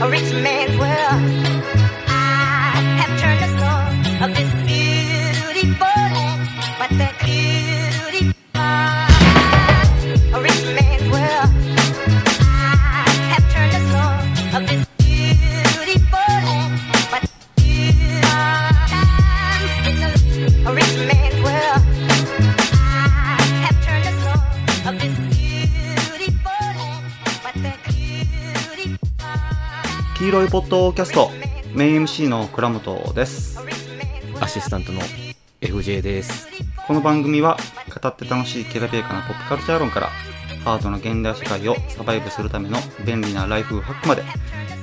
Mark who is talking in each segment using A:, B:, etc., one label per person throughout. A: a rich man's world. I have turned the soul of this beautiful land, but that beautiful a rich man's world. I have turned the soul of this beautiful land, but beautiful a rich man's world. I have turned the soul of this beautiful land, but that beautiful.
B: 黄色いポッドキャストメイン MC の倉本です
C: アシスタントの FJ です。
B: この番組は語って楽しいきらびやかなポップカルチャー論からハードな現代社会をサバイブするための便利なライフハックまで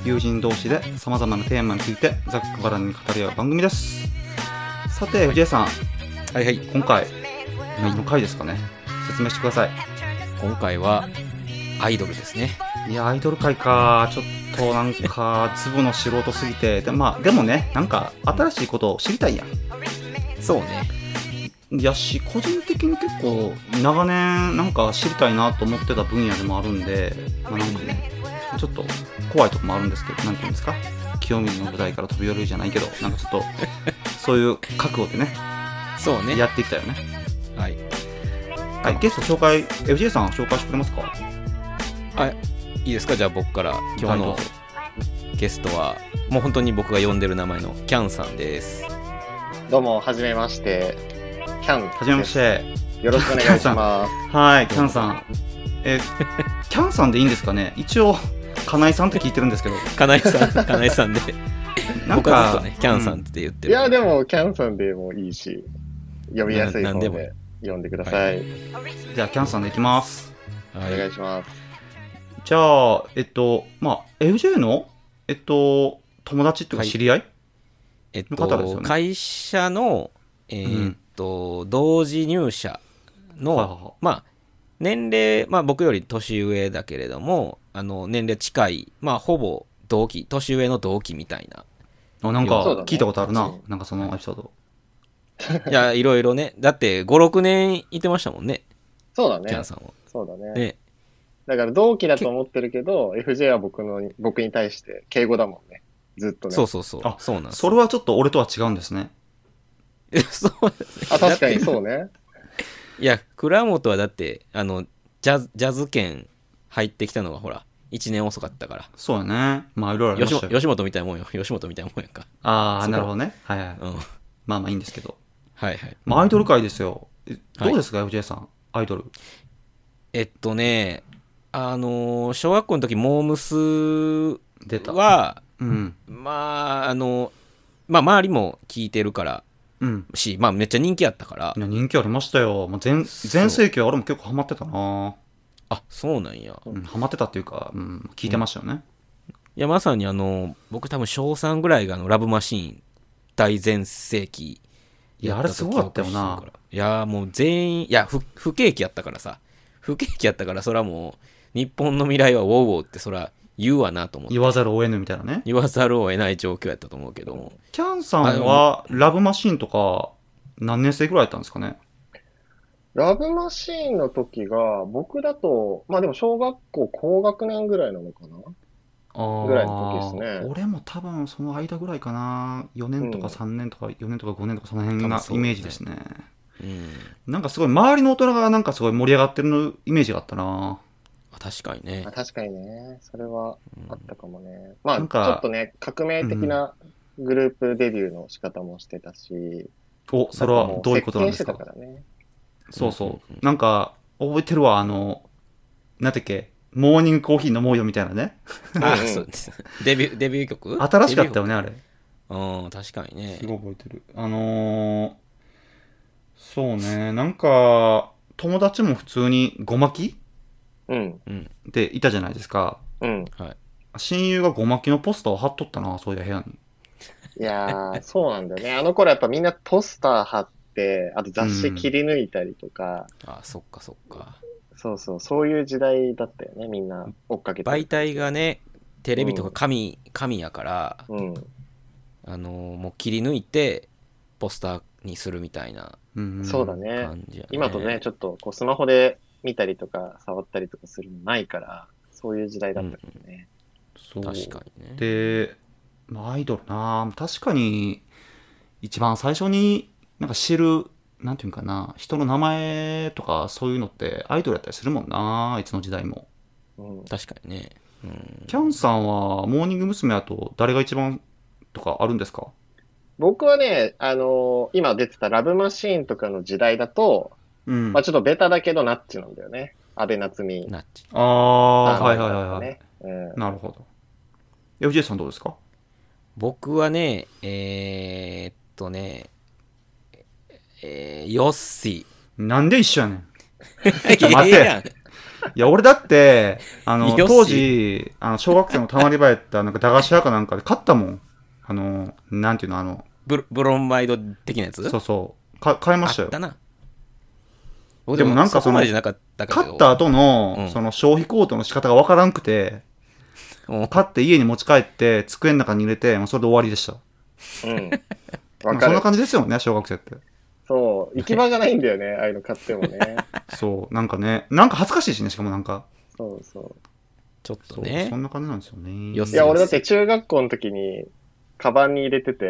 B: 友人同士で様々なテーマについてざっくばらんに語り合う番組ですさて藤井さん
C: はいはい。
B: 今回何の回ですかね説明してください
C: 今回は、アイドルですね。
B: いやアイドル回かちょっとなんか粒の素人すぎてで,、まあ、でもねなんか新しいことを知りたいやん
C: そうね。
B: やし個人的に結構長年なんか知りたいなと思ってた分野でもあるんで、まあ、なんかねちょっと怖いとこもあるんですけどなんていうんですか清水の舞台から飛び降りるじゃないけどなんかちょっとそういう覚悟でね
C: そうね。
B: やっていきたいよね
C: はい。
B: はいゲスト紹介 FJ さん紹介してくれますか
C: あ、いいですかじゃあ僕から。今日
B: はいどう
C: の
B: ぞ
C: ゲストは、もう本当に僕が呼んでる名前のキャンさんです。
D: どうも、はじめまして。キャンです。
B: はじめまして
D: よろしくお願いします。
B: はいキャンさんえキャンさんでいいんですかね一応金井さんって聞いてるんですけど
C: かなえさん、 かなえさんで。
B: なん
C: 僕はずっと
B: か、
C: ね、キャンさ
B: うん
C: って言って
D: い
C: る。
D: や、でも、キャンさんでもいいし、読みやすい
C: なな
D: 方
C: んでも
D: で読んでください。
B: んじゃあキャンさんでいきます
C: は
D: お願い
C: い。
D: します。
B: じゃあ、えっと、まあ、FJ の、えっと、友達っていうか
C: はい
B: 知り合い、
C: えっ
B: の方ですよ
C: と、
B: ね
C: 会社の、えーっと、同時入社の、
B: はいはいはい
C: まあ、年齢、まあ僕より年上だけれども、あの、年齢近い、まあほぼ同期、年上の同期みたい な。
B: あなん
C: そう
D: だ
B: か
D: ね
B: 聞いたことあるな、
D: うん
B: なんかそのエピソード。
C: いや、いろいろね。だって5、6年いてましたもんね、
D: そうだ
C: キャン
D: ね。
C: さんは。
D: そうだね。
C: ね。
D: だから、同期だと思ってるけど、FJ は僕の、僕に対して敬語だもんね。ずっとね。
C: そうそうそう
B: あ。
C: そうなんです
B: それはちょっと俺とは違うんですね。
C: え そうですね
D: あ、確かに
C: だって
D: そうね。
C: いや、倉本はだって、あの、ジャズ、ジャズ圏入ってきたのがほら、1年遅かったか
B: そうやね。まあ、いろいろあり
C: ら。
B: ま
C: 吉
B: した
C: 本
B: よ。
C: 吉本みたいなもんよ。吉本みたいなもんやんか。
B: ああ、
C: そこ
B: なるほどね。はいはい。
C: うん。はい
B: まあまあいいんですけど。
C: はい。
B: まあ、アイドル界ですよ。え
C: はい
B: どうですか、FJ さん。アイドル。
C: えっとね、あのー小学校の時、モームス
B: 出た。
C: は、
B: うん。
C: まあ、あの、まあ、周りも聞いてるから
B: うん。
C: し、まあ、めっちゃ人気やったから
B: い、や人気ありましたよ。もう全
C: そう
B: 全盛期は俺も結構ハマってたな。
C: あ、そうなんや。
B: うん、ハマってたっていうか、うん、聞いてましたよね。
C: いや、まさにあの、僕多分小3ぐらいがあの、ラブマシーン大全盛期
B: いや、あれすごかったよな。
C: いや、もう全員、いや、不不景気やったからさ。不景気やったから、そらもう、日本の未来はウォウウォウってそら言うわなと思って。
B: 言わざるを得ぬみたいなね。
C: 言わざるを得ない状況やったと思うけども。
B: キャンさんは、ラブマシーンとか、何年生ぐらいだったんですかね
D: ラブマシーンの時が、僕だと、まあでも、小学校高学年ぐらいなのかなぐ
B: ぐ
D: らいの時ですね
B: 俺も多分その間ぐらいかな。4年とか
D: うん
B: 3年とか4年とか5年とかその辺
C: 多
B: な
C: 分そう
B: イメージですね。
C: うん。
B: なんかすごい、周りの大人がなんかすごい盛り上がってるのイメージがあったな。
C: あ確かにね。
D: あ。確かにね。それはあったかもね。
B: な
D: ま
B: ん
D: あ、
B: か
D: ちょっとね、革命的なグループデビューの仕方もしてたし、
B: お、それはどういうことなんですか
D: 接近してたからね。
B: そうそううんなんか、覚えてるわ、あの、なんてっけ、モーニングコーヒー飲もうよみたいなね。
C: あ、
D: うんうん
C: そうです。デビュー、デビュー曲
B: 新しかったよね、
C: ね。
B: あれ。
C: うん、確かにね
B: す。ごい覚えてる。あのー、そうね、なんか、友達も普通にごまき
D: うん、
C: うん。
B: でいたじゃないですか。
D: うん。
C: はい。
B: 親友がごまきのポスターを貼っとったな、そういや部屋に。
D: いやー、そうなんだよね。あの頃やっぱみんなポスター貼って、あと雑誌切り抜いたりとか、
C: あ、そっかそっか。
D: そうそう、そういう時代だったよね、みんな追っかけて。
C: 媒体がね、テレビとか紙、紙やから、
D: うん。
C: あのーもう切り抜いて、ポスターにするみたいな
B: うんん
D: そうだ。ね。
C: 感じや、ね
D: 今とね、ちょっとこうスマホで見たりとか触ったりとかするのないから、そういう時代だったからね。
B: そう
C: 確かにね。
B: で、まあ、アイドルな確かに一番最初になんか知るなんていうんかな人の名前とかそういうのってアイドルやったりするもんないつの時代も
D: うん。
C: 確かにね。うん、
B: キャンさんはモーニング娘。だと誰が一番とかあるんですか
D: 僕はね、あのー今出てたラブマシーンとかの時代だと、
B: うん
D: まあちょっとベタだけどナッチなんだよね。安倍夏実。
C: ナッチ。
B: ああー
D: あ
B: はい
D: の
B: はいはいはい、
D: ねうん
B: なるほど FJ さんどうですか
C: 僕はね、えー、っとね、えー、ヨッシ
B: なんで一緒やねん
C: ー。
B: ちょっと待って
C: ええやん
B: いや、俺だって、あの、
C: よし
B: 当時、あの、小学生のたまり場やった、なんか駄菓子屋かなんかで買ったもん。あの、なんていうの、あの、
C: ブロブロンバイド的なやつ
B: そうそう、か買いました
C: あ
B: よ
C: っ。たな。僕
B: でもなんかその
C: こまでじゃなかったけ
B: 買
C: ど
B: った後の、
C: うん
B: その消費行動の仕方がわからんくて、
C: うん
B: 買って家に持ち帰って、机の中に入れて、もうそれで終わりでした。
D: うん。
B: ま
D: わ
B: あそ
D: か
B: んな
D: る。
B: 感じですよね、小学生って。
D: そう。行き場がないんだよね。ああいうの買っても ね。
B: そう、なんかね、なんか恥ずかしいしね、しかもなんか。
D: そうそう。
C: ちょっ
B: そ
C: と
B: う、
C: ね
B: そん。な感じなんですよね。
C: よっ
D: い
C: せ
D: や、
C: よ
D: 俺だって中学校の時に、カバンに入れてて、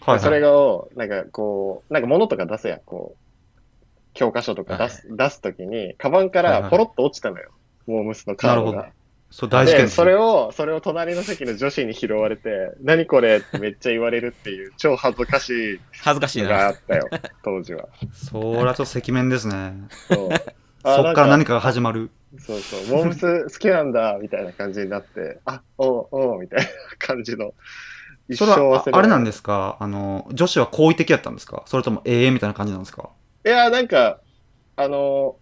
B: はい、はい。
D: それを、なんかこう、なんか物とか出すやん、こう、教科書とか出す、出すときに、カバンか
B: はいは
D: ら
B: い
D: ポロッと落ちたのよ。モームスのカード
B: な
D: が
B: る。そう、大事件
D: で、
B: です
D: それを、それを隣の席の女子に拾われて、何これってめっちゃ言われるっていう、超恥ずかし
C: 恥ずかし
D: い
C: い
D: のが
C: な。
D: あったよ、当時は。
B: そりゃちょっと赤面ですね。
D: そう。あ
B: そっから
D: なん
B: 何かが始まる。
D: そうそう、モームス好きなんだ、みたいな感じになって、 あ、おう、おう、みたいな感じの、一
B: そ
D: 生
B: れは
D: 忘れ
B: ああれなん
D: す
B: ですかあの、女子は好意的やったんですかそれともええみたいな感じなんですか
D: いや、なんか、あの、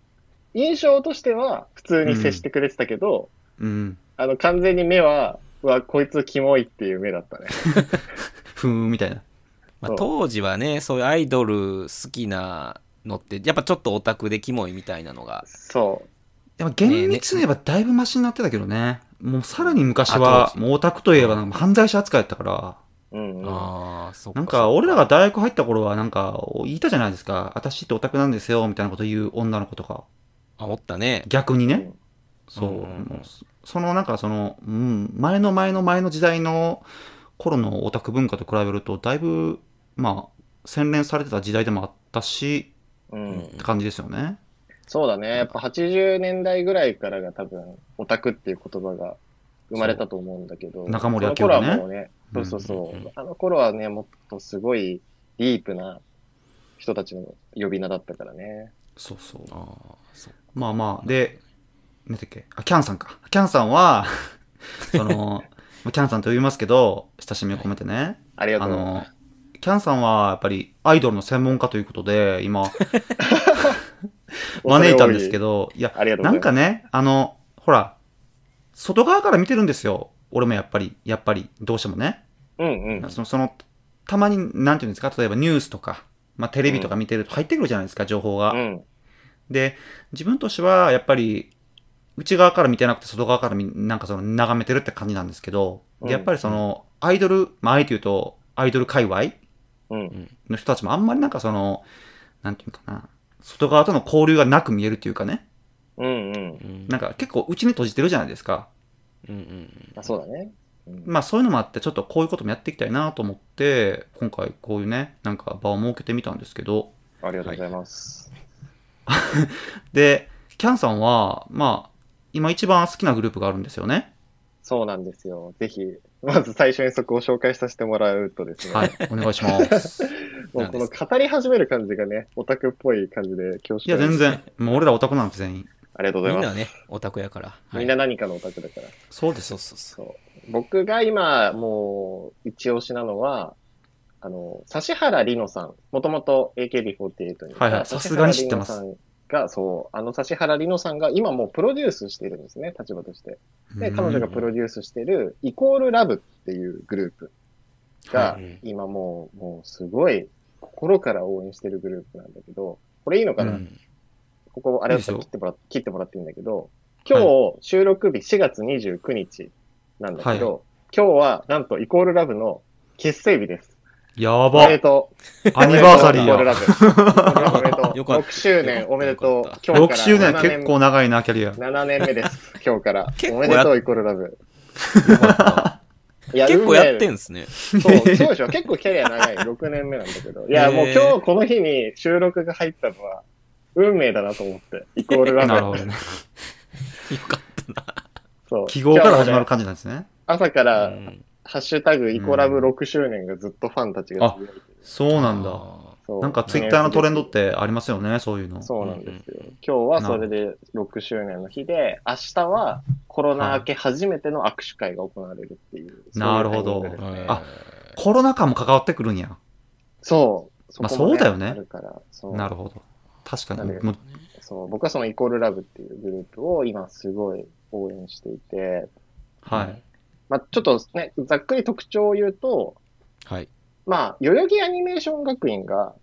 D: 印象としては普通に接してくれてたけど、
B: うん。
D: あの、完全に目は、うわ、こいつキモいっていう目だったね。
B: ふーん、みたいな。
C: まあ
D: うん
C: 当時はね、そういうアイドル好きなのって、やっぱちょっとオタクでキモいみたいなのが。
D: そう。
B: でも厳密に言えばだいぶマシになってたけどね。もうさらに昔
C: あ
B: は、
C: 当時
B: もうオタクといえばなんか犯罪者扱いやったから、
D: うん、うん。
C: ああ、そっか。
B: なんか俺らが大学入った頃はなんか言いたじゃないですか。私ってオタクなんですよ、みたいなこと言う女の子とか。
C: あ、おったね。
B: 逆に
D: う
B: ね。
D: ん
B: そう。
C: うんうんうん
B: もうそそのなんかその、うん、前の前の前の時代の頃のオタク文化と比べると、だいぶ、まあ、洗練されてた時代でもあったし、
D: う
C: うんん
B: って感じですよね。
D: そうだね。やっぱ80年代ぐらいからが多分、オタクっていう言葉が生まれたと思うんだけ
B: そ
D: ど、
B: う中森明
D: その
B: 菜がね
D: 頃はもうね、そうそうそう、
C: うんうんうん
D: あの頃はね、もっとすごいディープな人たちの呼び名だったからね。
B: そうそう。
C: ああ、そう。
B: まあまあ、で、なんだっけ、あ、キャンさんか。キャンさんは、 その、まあキャンさんと言いますけど、親しみを込めてね。
D: ありが
B: あ
D: とうございます。
B: の、キャンさんはやっぱりアイドルの専門家ということで、 今、招いたんですけ
D: ど。
B: ど、いや、
D: ありがとうご
B: な
D: ざい
B: ん
D: ます
B: か。ね、あの、ほら、外側から見てるんですよ。俺もやっぱり、やっぱり、どうしてもね。
D: うんうん。
B: その、その、たまに、なんていうんですか、例えばニュースとか、まあテレビとか見てると入ってくるじゃないですか、情報が。
D: うん。
B: で、自分としては、やっぱり、内側から見てなくて、外側から見なんかその、眺めてるって感じなんですけど、
D: うん
B: でやっぱりその、アイドル、まあ、あえて言うと、アイドル界隈
D: うん。
B: の人たちもあんまりなんかその、なんていうかな、外側との交流がなく見えるっていうかね、
D: うんうん。
C: うん
B: なんか結構内に閉じてるじゃないですか。
C: うんうん
D: あ、そうだね。うん
B: まあそういうのもあって、ちょっとこういうこともやっていきたいなと思って、今回こういうね、なんか場を設けてみたんですけど、
D: ありがとうございます。
B: で、キャンさんは、まあ、今一番好きなグループがあるんですよね。
D: そうなんですよ。ぜひ、まず最初にそこを紹介させてもらうとですね、
B: はい、お願いし ます。
D: もうこの語り始める感じがね、オタクっぽい感じで恐縮
B: いや、
D: です
B: 全。然。もう俺らオタクなんて全員。
D: ありがとうご
C: み
D: ざい
C: ん
D: ま
C: な
D: す。
C: ね、オタクやから。はい
D: みんな何かのオタクだから。
B: そうです。
C: そうそうそう。
D: 僕が今、もう、一押しなのは、あの、指原莉乃さん。もともと AKB48 にた
B: はいはいさすがに知ってます
D: 指原莉乃さんが、そう、あの指原莉乃さんが今もうプロデュースしてるんですね、立場として。で、彼女がプロデュースしてる、イコールラブっていうグループが
C: はい うん、
D: 今もう、もうすごい心から応援してるグループなんだけど、これいいのかな、
C: うん
D: ここ、あれだったら切ってもら切ってもらっていいんだけど、今日、収録日4月29日なんだけど、今日は、なんとイコールラブの結成日です。
B: や
D: おめ
B: ば
D: で。とう。
B: アニバーサリー
D: イコール
B: や。
D: ラブ。おめでとう。
C: よかった
D: 6周年おめでと
C: よ
D: う
C: かっ。
D: 今
B: 6
D: 日から
B: 周年
D: 7
B: 結構長いな、キャリア。
D: 7年目です。今日から。
C: 結
D: お
C: 構
D: め
C: や
D: でとう、イコールラブ。いや
C: 結構やって
D: ん
C: んすね。
D: そう、そうでしょ。結構キャリア長い。6年目なんだけど。いや、もう
C: へー
D: 今日この日に収録が入ったのは、運命だなと思って。イコールラ
B: なる
D: ブ。
B: ほどね。
C: よかったな。
D: そう。
B: 記号から始ま
D: 今日は
B: る
D: ね
B: 感じなんですね。
D: 朝から、
C: うん
D: ハッシュタグイコラブ6周年がずっとファンたちがつぶやいてる
B: そうなん
C: あ
B: だ。
C: ー
D: そう
B: なんかツイッターのトレンドってありますよね、そういうの。
D: そうなんですよ。今日はそれで6周年の日で、明日はコロナ明け初めての握手会が行われるっていう。
B: なるほど
D: そういうタイミングですね
B: あコロナ禍も関わってくるんや。
D: そう。
B: まあ
D: こも
B: そうだよね
D: あるからそう
B: なるほど。確かに
D: なる。
B: もう
D: そう。僕はそのイコールラブっていうグループを今すごい応援していて、
B: はい。
D: まあちょっとね、ざっくり特徴を言うと、
C: はい。
D: まあ、代々木アニメーション学院が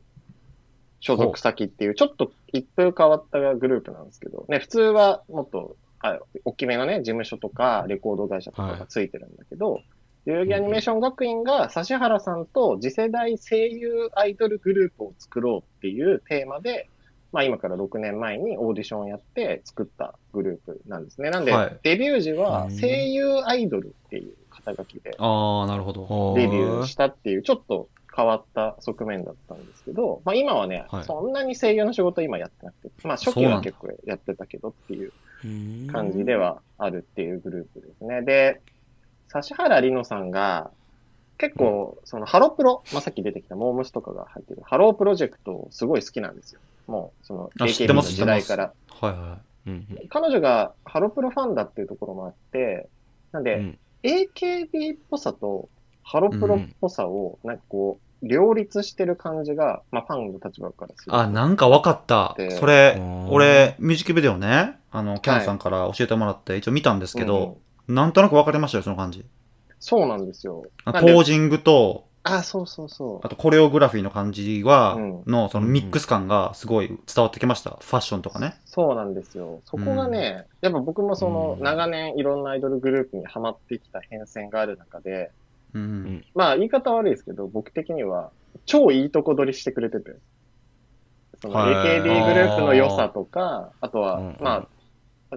D: 所属先っていう、ちょっと一風変わったグループなんですけど、ね、普通はもっと、あ大きめのね、事務所とかレコード会社とかがついてるんだけど、代々木アニメーション学院が指原さんと次世代声優アイドルグループを作ろうっていうテーマで、まあ今から6年前にオーディションをやって作ったグループなんですね。なんで
B: はい、
D: デビュー時は
C: うん
D: 声優アイドルっていう肩書きで
B: ああ、なるほど。
D: デビューしたっていう、ちょっと変わった側面だったんですけど、まあ今はね、
C: はい
D: そんなに声優の仕事今やってなくて、まあ初期は結構やってたけどっていう
C: ー
D: 感じで。はあるっていうグループですね。で、指原莉乃さんが、結構、そのハロプロ、まあ、さっき出てきたモームスとかが入ってる、ハロープロジェクトすごい好きなんですよ。もう、その、
B: あ知ってま
D: AKB の
B: す
D: 時代から。
B: はいは
C: うんうん
D: 彼女がハロプロファンだっていうところもあって、なんで、
C: うん
D: AKB っぽさとハロプロっぽさを、なんかこう、両立してる感じが、まあ、ファンの立場からす
B: い。
D: ると。
B: あ、なんかわかった
D: で。
B: それ
C: あー、
B: 俺、ミュージックビデオね、あの、キャンさんから教えてもらって、一応見たんですけど、なんとなくわかりましたよ、その感じ。
D: うんそうなんですよ。
B: あ
D: なん
B: ポ
D: で
B: ージングと、
D: あ、そうそうそ
B: あとコレオグラフィーの感じは、
D: うん
B: の、そのミックス感がすごい伝わってきました。ファッションとかね
D: う。。そうなんですよ。そこがね、やっぱ僕もその、
C: うん
D: 長年いろんなアイドルグループにハマってきた変遷がある中で、
B: うんん。
D: まあ、言い方悪いですけど、僕的には、超いいとこ取りしてくれてて。その
B: はい
D: AKB グループの良さとか、あとは、
C: うんうん
D: まあ、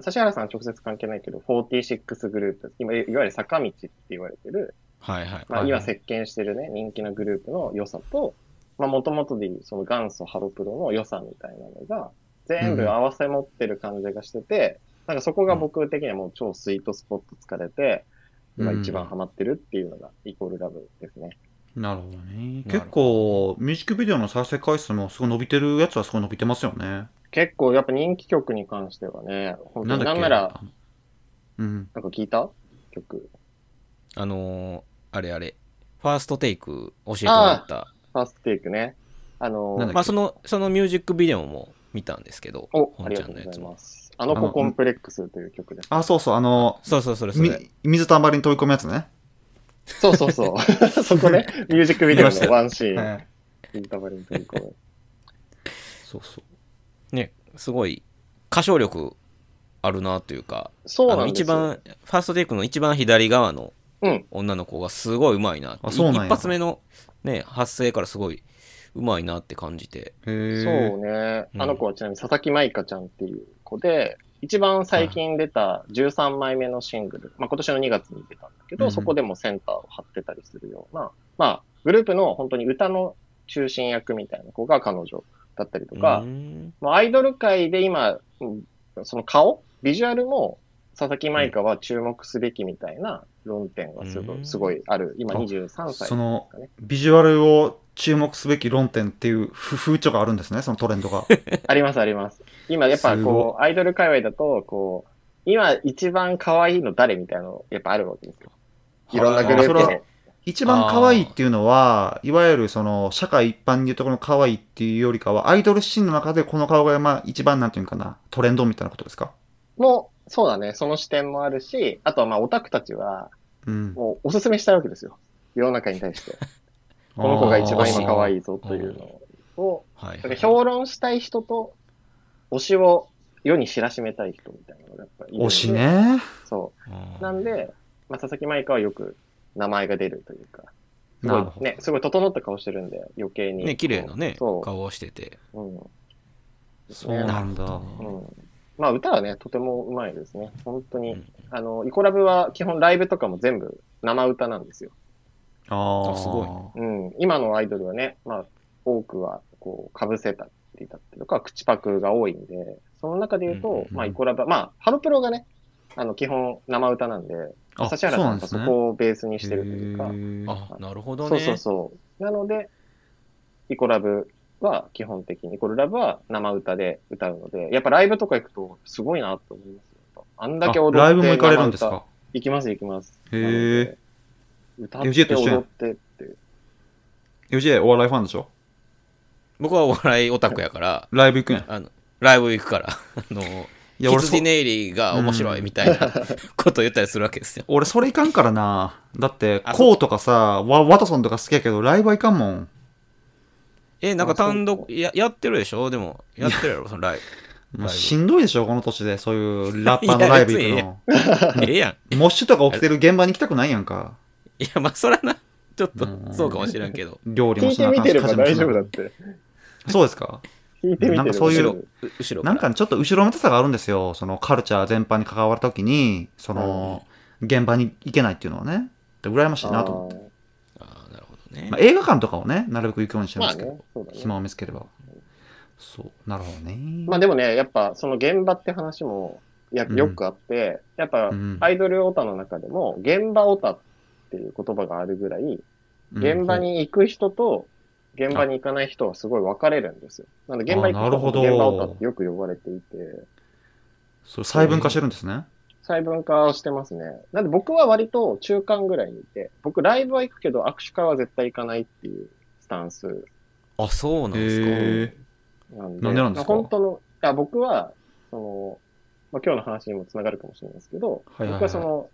D: 指原さんは直接関係ないけど、46グループ、今、いわゆる坂道って言われてる、
C: はいはい。
D: まあ、
B: はい
D: 今席巻してるね、人気のグループの良さと、まあ、もともとでいう、その元祖ハロプロの良さみたいなのが、全部合わせ持ってる感じがしてて、なんかそこが僕的にはもう超スイートスポット疲れて、今一番ハマってるっていうのが、イコールラブですね。
B: なるほどね。
C: なる
B: 結構、ミュージックビデオの再生回数もすごい伸びてるやつはすごい伸びてますよね。
D: 結構やっぱ人気曲に関してはね、本当
B: なん
D: に
B: だっ
D: なん
B: け
D: なら、
B: うん。
D: なんか聞いた曲。
C: あのー、あれあれ、ファーストテイク教えてもらった。
D: ファーストテイクね。あ
B: な
D: の
B: んだ
D: ー、
B: っ
C: まあ、その、そのミュージックビデオも見たんですけど、
D: お、あ
C: 本
D: り
C: ち
D: が
C: ゃ
D: と
C: んの
D: うご
C: や
D: ざ
C: つ
D: い
C: も。
D: ます。あの
B: あの
D: 子コンプレックスという曲です。
B: あ、そうそう、あの、
C: そうそう、それそ
B: み
C: れ。
B: 水たまりに飛び込むやつね。
D: そうそうそう。そこね、ミュージックビデオのワンシーン。
B: はい
D: インターバルに飛び込む
B: そうそう。
C: ね、すごい、歌唱力あるなというか、
D: そう
C: あ
D: な
C: の
D: んです
C: 一
D: よ。
C: 番、ファーストテイクの一番左側の
D: うん
C: 女の子がすごいうまいなって
B: あそうなんや
C: 一発目の、ね、発声からすごいうまいなって感じて。
B: へ
D: そうね。
C: うん
D: あの子はちなみに佐々木舞香ちゃんっていう子で、一番最近出た13枚目のシングル、まあ今年の2月に出たんだけど、
B: うん
D: そこでもセンターを張ってたりするような、まあグループの本当に歌の中心役みたいな子が彼女だったりとか、
C: うん
D: もうアイドル界で今、うんその顔、ビジュアルも佐々木舞香は注目すべきみたいな論点がすご
C: う
D: い
C: ん
D: すごいある。今23歳
B: そ。の
D: かね、
B: ビジュアルを注目すべき論点っていうふ風潮があるんですね、そのトレンドが。
D: ありますあります。今やっぱ
B: すご
D: こう、アイドル界隈だと、こう、今一番可愛いの誰みたいなのやっぱあるわけですよ。いろんなグループ
B: あそれ
D: で。
B: 一番可愛いっていうのは、いわゆるその社会一般にいうところの可愛いっていうよりかは、アイドルシーンの中でこの顔がまあ一番なんていうのかな、トレンドみたいなことですか
D: もう、そうだね。その視点もあるし、あとはまあオタクたちは、
B: うん。
D: もうおすすめしたいわけですよ。世の中に対して。この子が一番今可
B: い。
D: 愛いぞというのを、
C: はい
D: だから評論したい人と、推しを世に知らしめたい人みたいなのがやっぱいるので
B: 推し。ね。
D: そ
C: あ
D: う。
C: ー
D: なんで、まあ、佐々木舞香はよく名前が出るというか、す
B: な
D: ご
B: る
D: い
B: ほど。
D: ね、すごい整った顔してるんで、余計に。
C: ね、綺麗なね、
D: そ
C: 顔をしてて。
D: う。うん。
B: そうなんだ。
D: うん。まあ歌はね、とてもうまいですね。本当に。
C: うん
D: あの、イコラブは基本ライブとかも全部生歌なんですよ。
B: あ
C: あすごい
D: うん。今のアイドルはね、まあ、多くは、こう、被せたりだったりとか、口パクが多いんで、その中で言うと、
C: うんうんうん
D: まあ、イコラブまあ、ハロプロがね、あの、基本生歌なんで、
B: あそ
D: 指原
B: う
D: さ
B: なんん
D: が
B: で
D: そ
B: すね
D: こをベースにしてるというか、
C: あ、なるほどね。
D: そうそうそう。なので、イコラブは基本的に、イコラブは生歌で歌うので、やっぱライブとか行くとすごいなと思いますよ。あんだけ踊って
B: あライブも行かれるんです
D: 生歌
B: か
D: 行きます行きます。
B: へー
D: なので。歌って
B: MJ と一緒や
D: 踊
B: ん
D: ってって。
B: ?MJ お笑いファンでしょ
C: 僕はお笑いオタクやから、
B: ライブ行くんや。
C: あのライブ行くから、あの、
B: いや、俺そ
C: 羊、ネイリーが面白いみたいな ことを言ったりするわけですよ。
B: 俺それいかんからな。だって
C: あ、そう
B: コウとかさ、ワワトソンとか好きやけど、ライブはいかんもん。
C: え、なんか単
D: あ
C: 独や、やってるでしょでも、やってるやろ、そのライ
B: もう
C: ライブ
B: しんどいでしょ、この年で。そういうラッパーのライブ
C: いや
B: 行
C: 別
B: くの。
C: ブ。ええやん。
B: モッシュとか起きてる現場に行きたくないやんか。
C: いや、まあ、そらな、ちょっと
B: う、ん
C: そうかもしらんけど。
B: 料理
D: 聞
B: も
D: い
B: してなあか
D: み
B: んして
D: れば
B: 家事もし
D: 大
B: なあ
D: 丈
B: か
D: 夫だ
B: ん
D: って。
B: そうですか
D: 聞いてみてれば
B: なんかそういう
D: 大丈
C: 後ろ、
D: 夫
C: う後ろから。
B: なんかねちょっと後ろめたさがあるんですよ。そのカルチャー全般に関わるときに、その、現場に行けないっていうのはね。で羨ましいなと思って。
D: あー
C: ああ、なるほどね
B: まあ、。映画館とかをね、なるべく行くようにしてるん
D: ま
B: ですけ
D: あ
B: ど、
D: ね、そうだね。
B: 暇を見つければ。そう、なるほどね。
D: まあでもね、やっぱその現場って話もや
B: うん
D: よくあって、やっぱ
B: うん
D: アイドルオタの中でも、現場オタっていう言葉があるぐらい、
B: うん
D: 現場に行く人と現場に行かない人はすごい分かれるんですよ。なので現場行
B: あなる
D: く
B: ほ
D: 人
B: ど
D: 現場オタってよく呼ばれていて、
B: そう細分化してるんですね。
D: 細分化をしてますね。なんで僕は割と中間ぐらいにいて、僕ライブは行くけど握手会は絶対行かないっていうスタンス
C: あ、そうなんですか。
B: へ
D: なんで、
B: なんでなんですか
D: まあ本当の、いや僕は、その、まあ、今日の話にもつながるかもしれないですけど、
B: はいはいはい
D: 僕はその、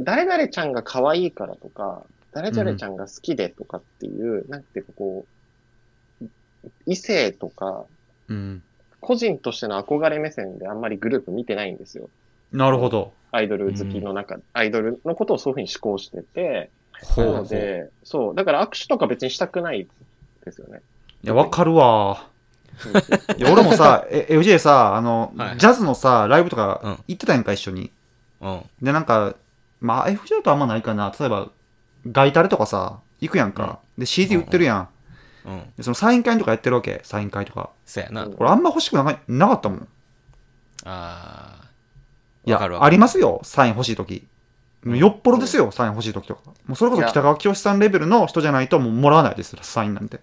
D: 誰々ちゃんが可愛いからとか、誰々ちゃんが好きでとかっていう、なんていうかこう、異性とか、
B: うん。
D: 個人としての憧れ目線であんまりグループ見てないんですよ。
B: なるほど。
D: アイドル好きの中、アイドルのことをそういうふうに思考してて、
C: ほう
D: なので、そう、だから握手とか別にしたくないですよね。
B: いや、わかるわ。
D: そうそうそう
B: いや、俺もさ、え FJ さ、あの、
C: はい
B: ジャズのさ、ライブと
C: うん
B: か行ってたやんか、一緒に。
C: うん。
B: で、なんか、まあ、FJ とあんまないかな。例えば、ガイタレとかさ、行くやんか。で、CD 売ってるやん。
C: うん。
B: で、そのサイン会とかやってるわけ。サイン会とか。
C: そやな。
D: うん
B: 俺、あんま欲しくなかなかったもん。
C: あ
B: い
C: あ。
B: や
C: わかるわかる。
B: ありますよ、サイン欲しいとき。
C: うん
B: よっぽどですよ、サイン欲しいときとか。もうそれこそ北川清さんレベルの人じゃないともうもらわないです、サインなんて。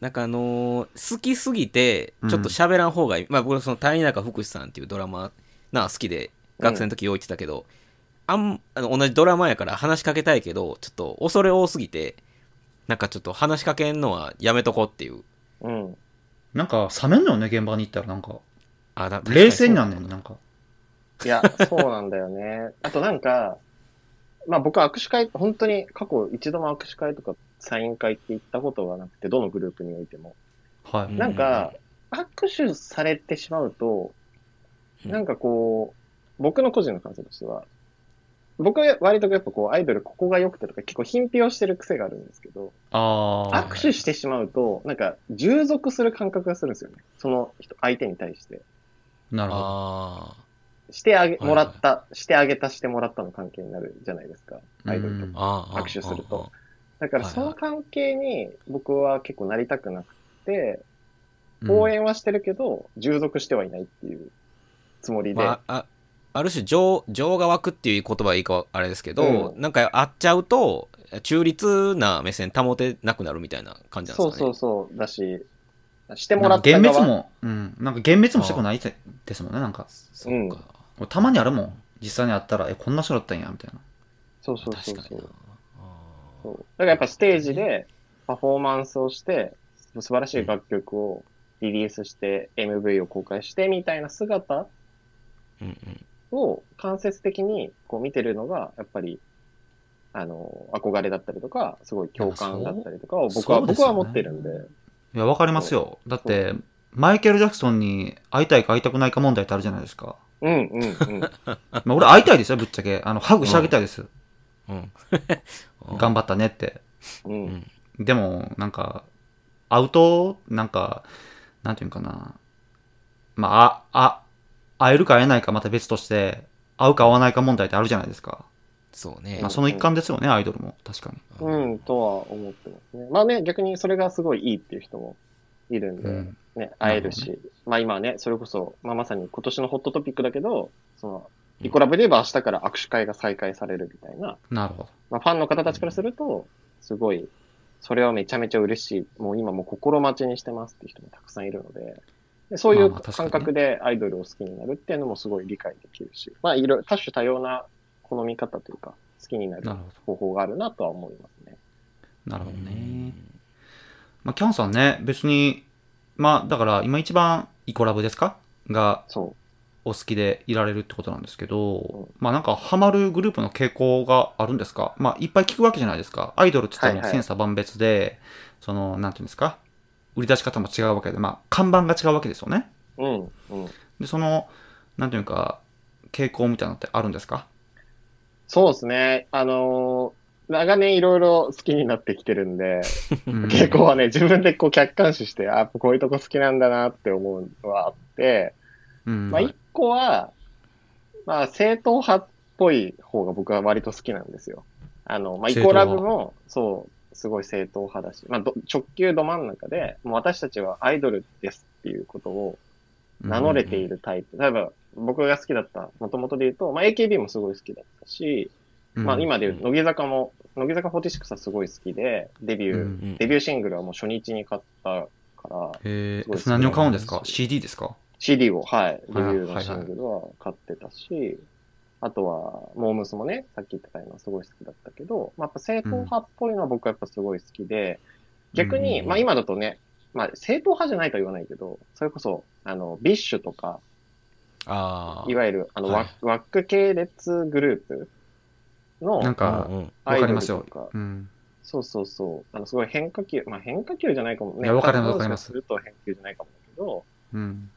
C: なんかあのー好きすぎて、
B: うん
C: ちょっと喋らん方がいい。まあ僕、その、谷中福士さんっていうドラマ、なあ、好きで、学生の時よう言ってたけど、あん、あの同じドラマやから話しかけたいけど、ちょっと恐れ多すぎて、なんかちょっと話しかけんのはやめとこうっていう。
D: うん。
B: なんか、冷めんのよね、現場に行ったら。なんか、
C: あだ
B: 冷静になんねん、
C: な。
B: なんか。
D: いや、 そうなんだよね。あとなんか、まあ僕は握手会、本当に過去一度も握手会とかサイン会って行ったことがなくて、どのグループにおいても。
B: は
C: う
B: い。
D: なんか、握手されてしまうと、
C: うん
D: なんかこう、僕の個人の感想としては、僕は割とやっぱこう、アイドルここが良くてとか結構品評してる癖があるんですけど、
B: ああ。
D: 握手してしまうと、なんか従属する感覚がするんですよね。その人、相手に対して。
B: なるほど。
C: あ
D: してあげ、
C: はい
D: もらった、してあげた、してもらったの関係になるじゃないですか。アイドルと
B: うん
C: ーあー。あー
D: 握手すると。だから
C: はい
D: そ
C: はい
D: の関係に僕は結構なりたくなくて、
B: うん
D: 応援はしてるけど、従属してはいないっていうつもりで。
C: まあ、あある種情情が湧くっていう言葉はいいかあれですけど、
D: うん
C: なんか会っちゃうと中立な目線保てなくなるみたいな感じなんです
D: そ
C: か
D: う
C: ね
D: そうそう、だし、しても
B: な
D: ら
B: んか
D: った側
B: 幻滅も、うん。なんか幻滅もしたくないぜですもんね、なんか。
C: そっか、
B: 俺たまにあるもん。実際に会ったら、え、こんな人だったんや、みたいな。
D: そうそうそう
C: 確か
D: そ
C: にな
D: う
C: あ
D: そ
C: ー
D: う。だからやっぱステージでパフォーマンスをして、素晴らしい楽曲をリリースして、MV を公開してみたいな姿
C: うんうん
D: を間接的にこう見てるのが、やっぱり、あの、憧れだったりとか、すごい共感だったりとかを僕は、
B: そうです
D: 僕
B: よね
D: は持ってるんで。
B: いや、わかりますよ。だって、マイケル・ジャクソンに会いたいか会いたくないか問題ってあるじゃないです か。
D: うんうんうん。
B: まあ、俺会いたいですよ、ぶっちゃけ。あの、ハグしてあげたいです。
C: うん、
B: 頑張
C: 張
B: ったねって。
D: う。
C: うんん、
B: でも、なんか、会うと、なんか、なんていうんかな。まあ、あ、あ、会えるか会えないかまた別として、会うか会わないか問題ってあるじゃないですか。
C: そうね
B: まあ、。その一環ですよね、アイドルも。確かに。
C: うん
D: うん、とは思ってますね。まあね、逆にそれがすごいいいっていう人もいるんで、
B: うん
D: ね、会えるし、まあ今はね、それこそ、まあまさに今年のホットトピックだけど、その、イコラブで言えば明日から握手会が再開されるみたいな、
B: なるほど。
D: まあファンの方たちからすると、すごい、それはめちゃめちゃ嬉しい、もう今もう心待ちにしてますっていう人もたくさんいるので、でそうい
B: まあ
D: う
B: まあ確かに
D: 感
B: ね
D: 覚でアイドルを好きになるっていうのもすごい理解できるし、まあいろいろ多種多様な好み方というか、好きになる
B: なるほ
D: 方法があるなとは思いますね。
B: ど。なるほど
C: う
B: ね。
C: ん
B: まあ、キャンさんね、別に、まあ、だから今一番イコラブですかが
D: そう。
B: お好きでいられるってことなんですけど
D: う、
B: まあなんかハマるグループの傾向があるんですかまあいっぱい聞くわけじゃないですか。アイドルって言って
D: はいは
B: も
D: い
B: 千差万別で、その、なんていうんですか売り出し方も違うわけで、まあ看板が違うわけですよね。
D: うん、うん。
B: で、その、なんていうか、傾向みたいなのってあるんですか
D: そうですね。あのー長年いろいろ好きになってきてるんで、
B: うん
D: 結構はね、自分でこう客観視して、あ、こういうとこ好きなんだなって思うのはあって、
B: うん
D: まあ一個は、まあ正統派っぽい方が僕は割と好きなんですよ。あの、まあイコラブも、そう、すごい正統派だし、まあど直球ど真ん中で、もう私たちはアイドルですっていうことを名乗れているタイプ。例えば、僕が好きだった、もともとで言うと、まあ AKB もすごい好きだったし、まあ、今で言う、乃木坂も、乃木坂46はすごい好きで、デビュー、
B: うん
C: うん
D: デビューシングルはもう初日に買ったから、
B: へ
D: すご
B: え、
D: いですね
B: 何を買うんですか ?CD ですか
D: CD を、はい、デビ
B: はい
D: ューのシングルは買ってたし、あとは、モームスもね、さっき言ってたようなすごい好きだったけど、まあ、やっぱ正統派っぽいのは僕はやっぱすごい好きで、逆に、
C: うん
D: まあ今だとね、まあ正統派じゃないとは言わないけど、それこそ、あの、ビッシュとか、
C: ああ。
D: いわゆる、あの、
C: はい
D: ワック系列グループの
B: なんか
C: うんうん
D: ア
B: わ
D: イ
B: かり
D: ドルと
B: ま
D: か
B: すよ。うん。
D: そうそうそう。あの、すごい変化球、まあ変化球じゃないかもね。
B: いやわかりますわかります
D: すると変化球じゃないかもだけど、
B: うん。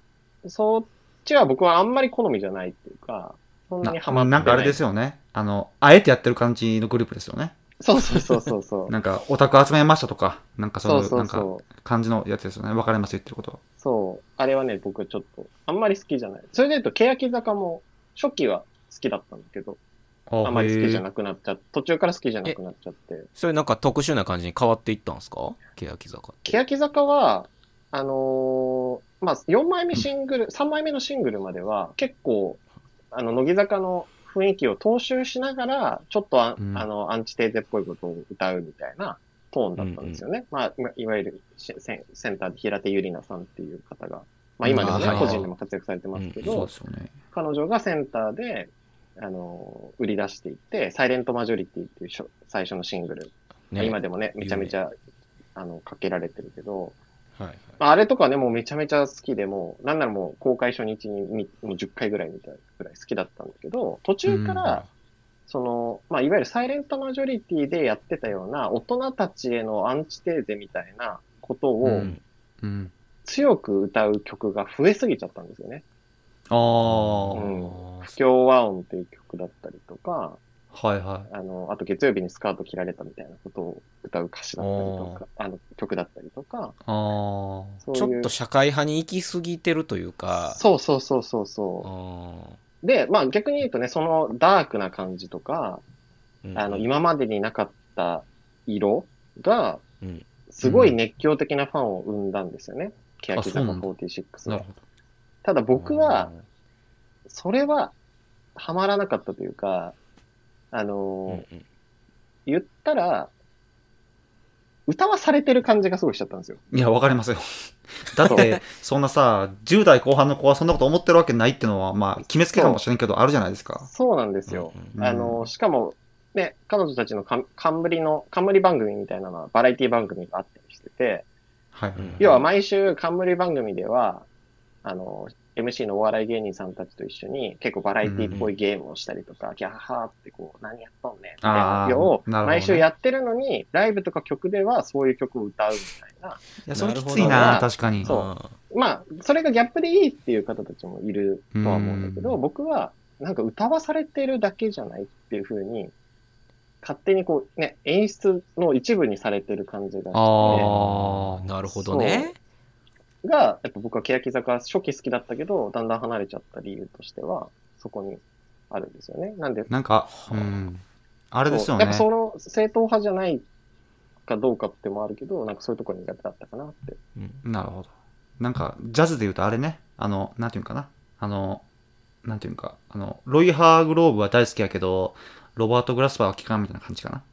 D: そっちは僕はあんまり好みじゃないっていうか、そん
B: な
D: なにハマってない。
B: なんかあれですよね。あの、あえてやってる感じのグループですよね。
D: そうそうそうそうそう。
B: なんか、オタク集めましたとか、なんかそうい
D: そ
B: うう、
D: そう
B: なんか、
D: そう。
B: 感じのやつですよね。わかります、言ってることは。
D: そう。あれはね、僕ちょっと、あんまり好きじゃない。それで言うと、欅坂も、初期は好きだったんだけど、あんまり好きじゃなくなっちゃって、途中から好きじゃなくなっちゃって。
C: それなんか特殊な感じに変わっていったんですか欅坂って。
D: 欅坂は、あのーまあ、4枚目シングル、3枚目のシングルまでは、結構、あの、乃木坂の雰囲気を踏襲しながら、ちょっとあ、
B: うん
D: あの、アンチテーゼっぽいことを歌うみたいなトーンだったんですよね。まあいわ、いわゆるしセンセンターで平手友梨奈さんっていう方が、まあ、今でも
C: あ
D: ね、
C: ー
D: 個人でも活躍されてますけ
B: そう
D: ど
B: で、すよね。
D: 彼女がセンターで、あのー売り出していって、サイレントマジョリティっていうしょ最初のシングル、
C: ね
D: 今でもね、めちゃめちゃ、あの、かけられてるけど、
C: はいはい
D: まああれとかね、もうめちゃめちゃ好きで、もう、なんならもう公開初日にみもう10回ぐらいみたいなぐらい好きだったんだけど、途中から、その、まあ、いわゆるサイレントマジョリティでやってたような、大人たちへのアンチテーゼみたいなこと
C: う
D: を
C: ん
B: うん。
D: 強く歌う曲が増えすぎちゃったんですよね。
B: ああ、
D: うん不協和音っていう曲だったりとか、
B: はいは
D: あの、あと月曜日にスカート着られたみたいなことを歌う歌詞だったりとか、あの、曲だったりとか、
B: い。あ
D: そうい
C: ちょっ
D: う
C: と。社会派に行き過ぎてるというか、
D: そうそうそうそうそう。
C: あ
D: で、まあ逆に言うとね、そのダークな感じとか、
C: ー
D: あの、、今までになかった色が
C: うん、
D: すごい熱狂的なファンを生んだんですよね。欅坂
B: そうなんだ
D: 46
B: あ、なる
D: は
B: ほ。ど。
D: ただ僕は、、それは、ハマらなかったというか、あ
C: うんう
D: のー
C: ん
D: 言ったら、歌わされてる感じがすごいしちゃったんですよ。
B: いや、わかりますよ。 だって、そんなさ、10代後半の子はそんなこと思ってるわけないってのは、まあ、決めつけかもしれんけど、あるじゃないですか。
D: そうなんですよ。
C: うん
B: うん
D: あの、しかも、ね、彼女たちのか冠の、冠番組みたいなのはバラエティ番組があったりしてて、
B: はい。
C: うん
D: 要は毎週冠番組では、あの、MC のお笑い芸人さんたちと一緒に結構バラエティっぽいゲームをしたりとか、ギャッハーってこう、何やっとんねんみたいな
B: あー
D: のを
B: なるほどね
D: 毎週やってるのに、ライブとか曲ではそういう曲を歌うみたいな。
B: いや、それきつ
C: ないるほど
B: な、
D: な
B: 確かに。
D: そうまあ、それがギャップでいいっていう方たちもいるとは思うんだけど、
B: うん
D: 僕はなんか歌わされてるだけじゃないっていう風に、勝手にこうね、演出の一部にされてる感じがして、
B: ああ、
C: なるほどね。
D: が、やっぱ僕は欅坂初期好きだったけど、だんだん離れちゃった理由としては、そこにあるんですよね。なんで、
B: なんか、うん。あれですよ
D: そうやっ
B: ね
D: ぱ。その正統派じゃないかどうかってもあるけど、なんかそういうとこ苦手だったかなって。
C: うん
B: なるほど。なんか、ジャズで言うとあれね、あの、なんていうんかな。あの、なんていうんか、あの、ロイ・ハーグローブは大好きやけど、ロバート・グラスパーは聞かんみたいな感じかな。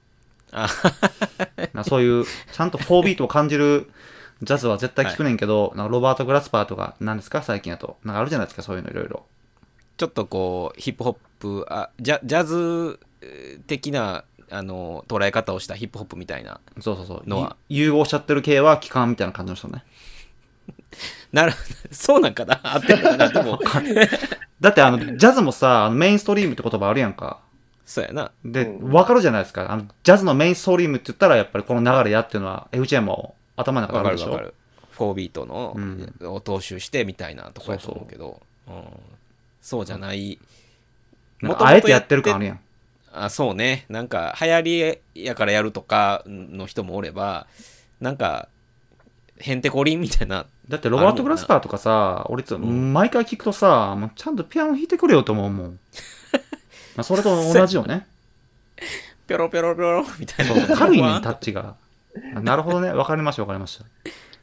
C: あ
B: なそういう、ちゃんと4ビートを感じるジャズは絶対聞くねんけど、なんかロバート・グラスパーとか、なんですか最近やと。なんかあるじゃないですか、そういうのいろいろ。
C: ちょっとこうヒップホップあジャジャズえー的なあの捉え方をしたヒップホップみたいな
B: そうそうそう。
C: のは
B: ゆ融合しちゃってる系は聞かんみたいな感じの人ね。
C: なる そうなんかな 合ってるかな でも
B: だって、あの、ジャズもさ、あのメインストリームって言葉あるやんか。
C: そうやな
B: で、
D: うん
B: わかるじゃないですか。あの、ジャズのメインストリームって言ったら、やっぱりこの流れやっていうのは、FJ も頭の中
C: わ
B: にあ
C: か
B: る
C: る
B: でし
C: わ
B: ょ
C: かる4ビートの、
B: うん
C: を踏襲してみたいなとこやと思うけどそううん、そうじゃない
B: なん
C: 元
B: か
C: 々
B: あえてやってる感あるやん。
C: あそうねなんか流行りやからやるとかの人もおればなんかへんてこりんみたいな
B: だって、ロバート・グラスパーとかさ、俺いつも
C: うん
B: 毎回聞くとさ、もうちゃんとピアノ弾いてくれよと思うもん。まあそれと同じよね。
C: ぴょろぴょろぴょろみたい
B: そ
C: な
B: うそう軽いね
C: ワ
B: ん、
C: ン
B: タッチが。あなるほどね。わかりました、わかりました。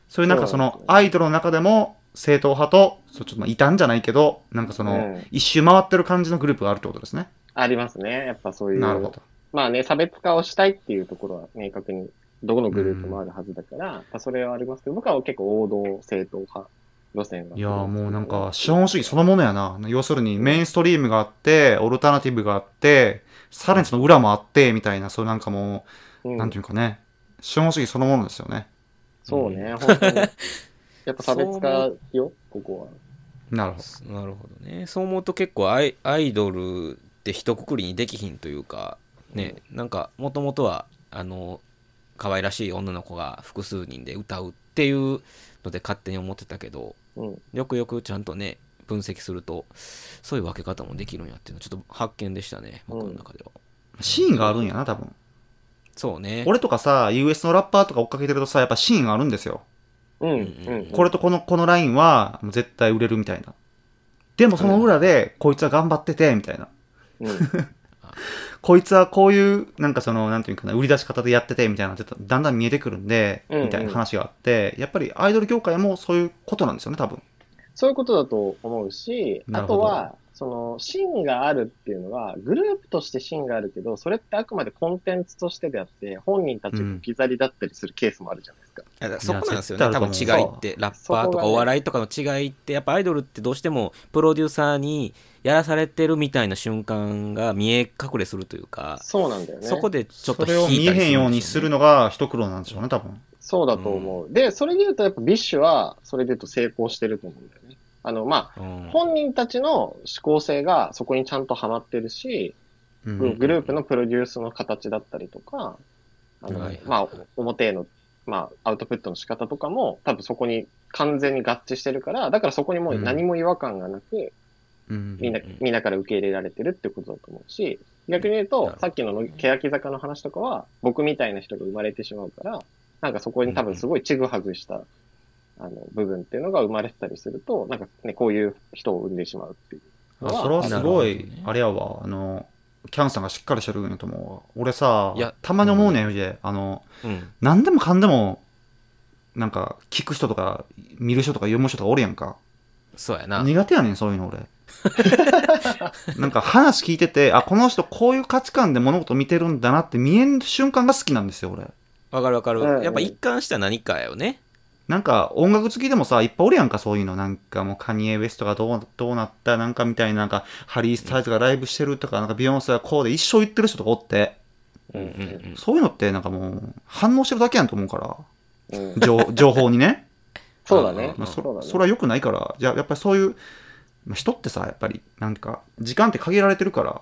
B: そういうなんかそ
D: そうなん
B: の
D: で、すよ
B: アイドルの中でも、正統派と、そうちょっとまあ異端じゃないけど、なんかその、
D: うん
B: 一周回ってる感じのグループがあるってことですね。
D: ありますね。やっぱそういう。
B: なるほど。
D: まあね、差別化をしたいっていうところは明確に、どこのグループもあるはずだから、まあそれはありますけど、僕は結構王道正統派路線が。
B: いやーもうなんか資本主義そのものやな。要するにメインストリームがあって、オルタナティブがあって、さらにその裏もあって、みたいな、そういうなんかも
D: う
B: う、
D: ん
B: なんていうかね、資本主義そのものですよね。
D: そうね、本当に。やっぱ差 別化よ、ここは。
B: なるほど。
C: なるほどねそう思うと結構アイアイドルって一括りにできひんというかね、なんかもともとはあの可愛らしい女の子が複数人で歌うっていうので勝手に思ってたけど
D: うん。
C: よくよくちゃんとね分析するとそういう分け方もできるんやっていうのちょっと発見でしたね僕の中では、
B: シーンがあるんやな、多分。
C: そうね
B: 俺とかさ、US のラッパーとか追っかけてるとさ、やっぱシーンがあるんですよ。
D: うん。
C: う
D: うんん。
B: これとこの、このラインは、もう絶対売れるみたいな。でもその裏で、こいつは頑張ってて、みたいな。
D: うん。
B: こいつはこういう、なんかその、なんていうかな、売り出し方でやってて、みたいな、ちょっとだんだん見えてくるんで、
D: うんうん
B: みたいな話があって、やっぱりアイドル業界もそういうことなんですよね、多分。
D: そういうことだと思うし、
B: な
D: あ
B: るほ
D: と
B: ど
D: は、その、芯があるっていうのは、グループとして芯があるけど、それってあくまでコンテンツとしてであって、本人たちが置き去りだったりするケースもあるじゃないですか。
C: いやそこなんですよ
B: い
C: ね
B: や
C: 多分
B: 絶
C: 違
B: 対ある
C: い
B: と思う
C: ってラッパー
D: そことが
C: か
D: ね
C: お笑いとかの違いってやっぱアイドルってどうしてもプロデューサーにやらされてるみたいな瞬間が見え隠れするというか
D: そうなんだよね。
C: そこでちょっと
B: それを見えへんようにする
C: の
B: のが一苦労なんでしょうね、多分。
D: そうだと思う。で、それで言うと、やっぱビッシュは、それで言うと成功してると思うんだよね。あの、まあ、本人たちの思考性がそこにちゃんとハマってるし、
B: う
D: グ
B: ん。
D: グループのプロデュースの形だったりとか、あの
C: はい
D: まあ、表への、まあ、アウトプットの仕方とかも、多分そこに完全に合致してるから、だからそこにもう何も違和感がなく、
B: うん
D: みんな
C: うんうん、
D: みんなから受け入れられてるってことだと思うし、逆に言う
C: なる
D: と
C: ほ、ど
D: さっきのの欅坂の話とかは、僕みたいな人が生まれてしまうから、なんかそこに多分すごいちぐはぐした、あの、部分っていうのが生まれてたりすると、なんかね、こういう人を生んでしまうっていう。
B: あそれはすご
C: なる
B: い
C: ほどね、
B: あれやわ、あの、キャンさんがしっかりしてるんやと思うわ。俺さ
C: いや、
B: たまに思うねん、で、あの、
C: うん
B: 何でもかんでも、なんか、聞く人とか、見る人とか、読む人とかおるやんか。
C: そうやな
B: 苦手やねん、そういうの俺。 なんか話聞いてて、あ、この人こういう価値観で物事見てるんだなって見えん瞬間が好きなんですよ、俺。
C: わかるわかる、
D: うんうん
C: やっぱ一貫した何かよね
B: なんか音楽好きでもさ、いっぱいおるやんか、そういうの。なんかもうカニエ・ウエストがどうどうなった、なんかみたいな、なんかハリー・スタイルズがライブしてるとか、なんかビヨンセがこうで一生言ってる人とかおって、
C: うんうんうん
B: そういうのってなんかもう反応してるだけやんと思うから、
D: うん
B: 情 情報にね。
D: そうだね。
B: まあ、そ
D: そうだね
B: それは良くないから、じゃあやっぱりそういう、まあ人ってさ、やっぱりなんか時間って限られてるから、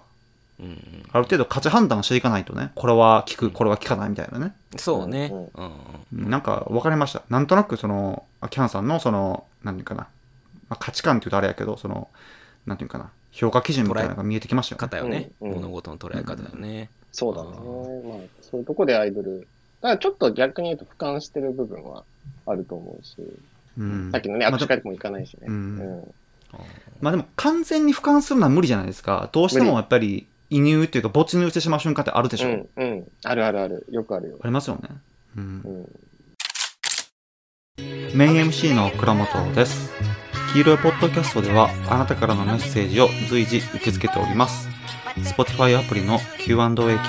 C: うんうん
B: ある程度価値判断していかないとね、これは聞く、これは聞かないみたいなね。
C: そうね、う
D: うんん
C: うん
B: なんか分かりました。なんとなくその、あキャンさんのその、何ていうかな、まあ、価値観って言うとあれやけど、その、なんていうかな、評価基準みたいなのが見えてきましたよ、ね。
C: 方よね、
D: うんうん
C: 物事の捉え方よね、
D: そうだね
C: あ。
D: まあ、そういうとこでアイドル。だからちょっと逆に言うと俯瞰してる部分はあると思うし。
B: うん
D: さっきのね、
B: まあ
D: 握手会でも行かないしね。
B: うん
D: うん
B: まあでも完全に俯瞰するのは無理じゃないですか。どうして
D: 無
B: も
D: 理
B: やっぱり移入っていうか没入してしまう瞬間ってあるでしょ。
D: うん、うん。あるあるある。よくあるよ
B: あ。りますよね。う。
D: うんん。
B: メイン MC の倉本です。黄色いポッドキャストではあなたからのメッセージを随時受け付けております。Spotify アプリの Q&A 機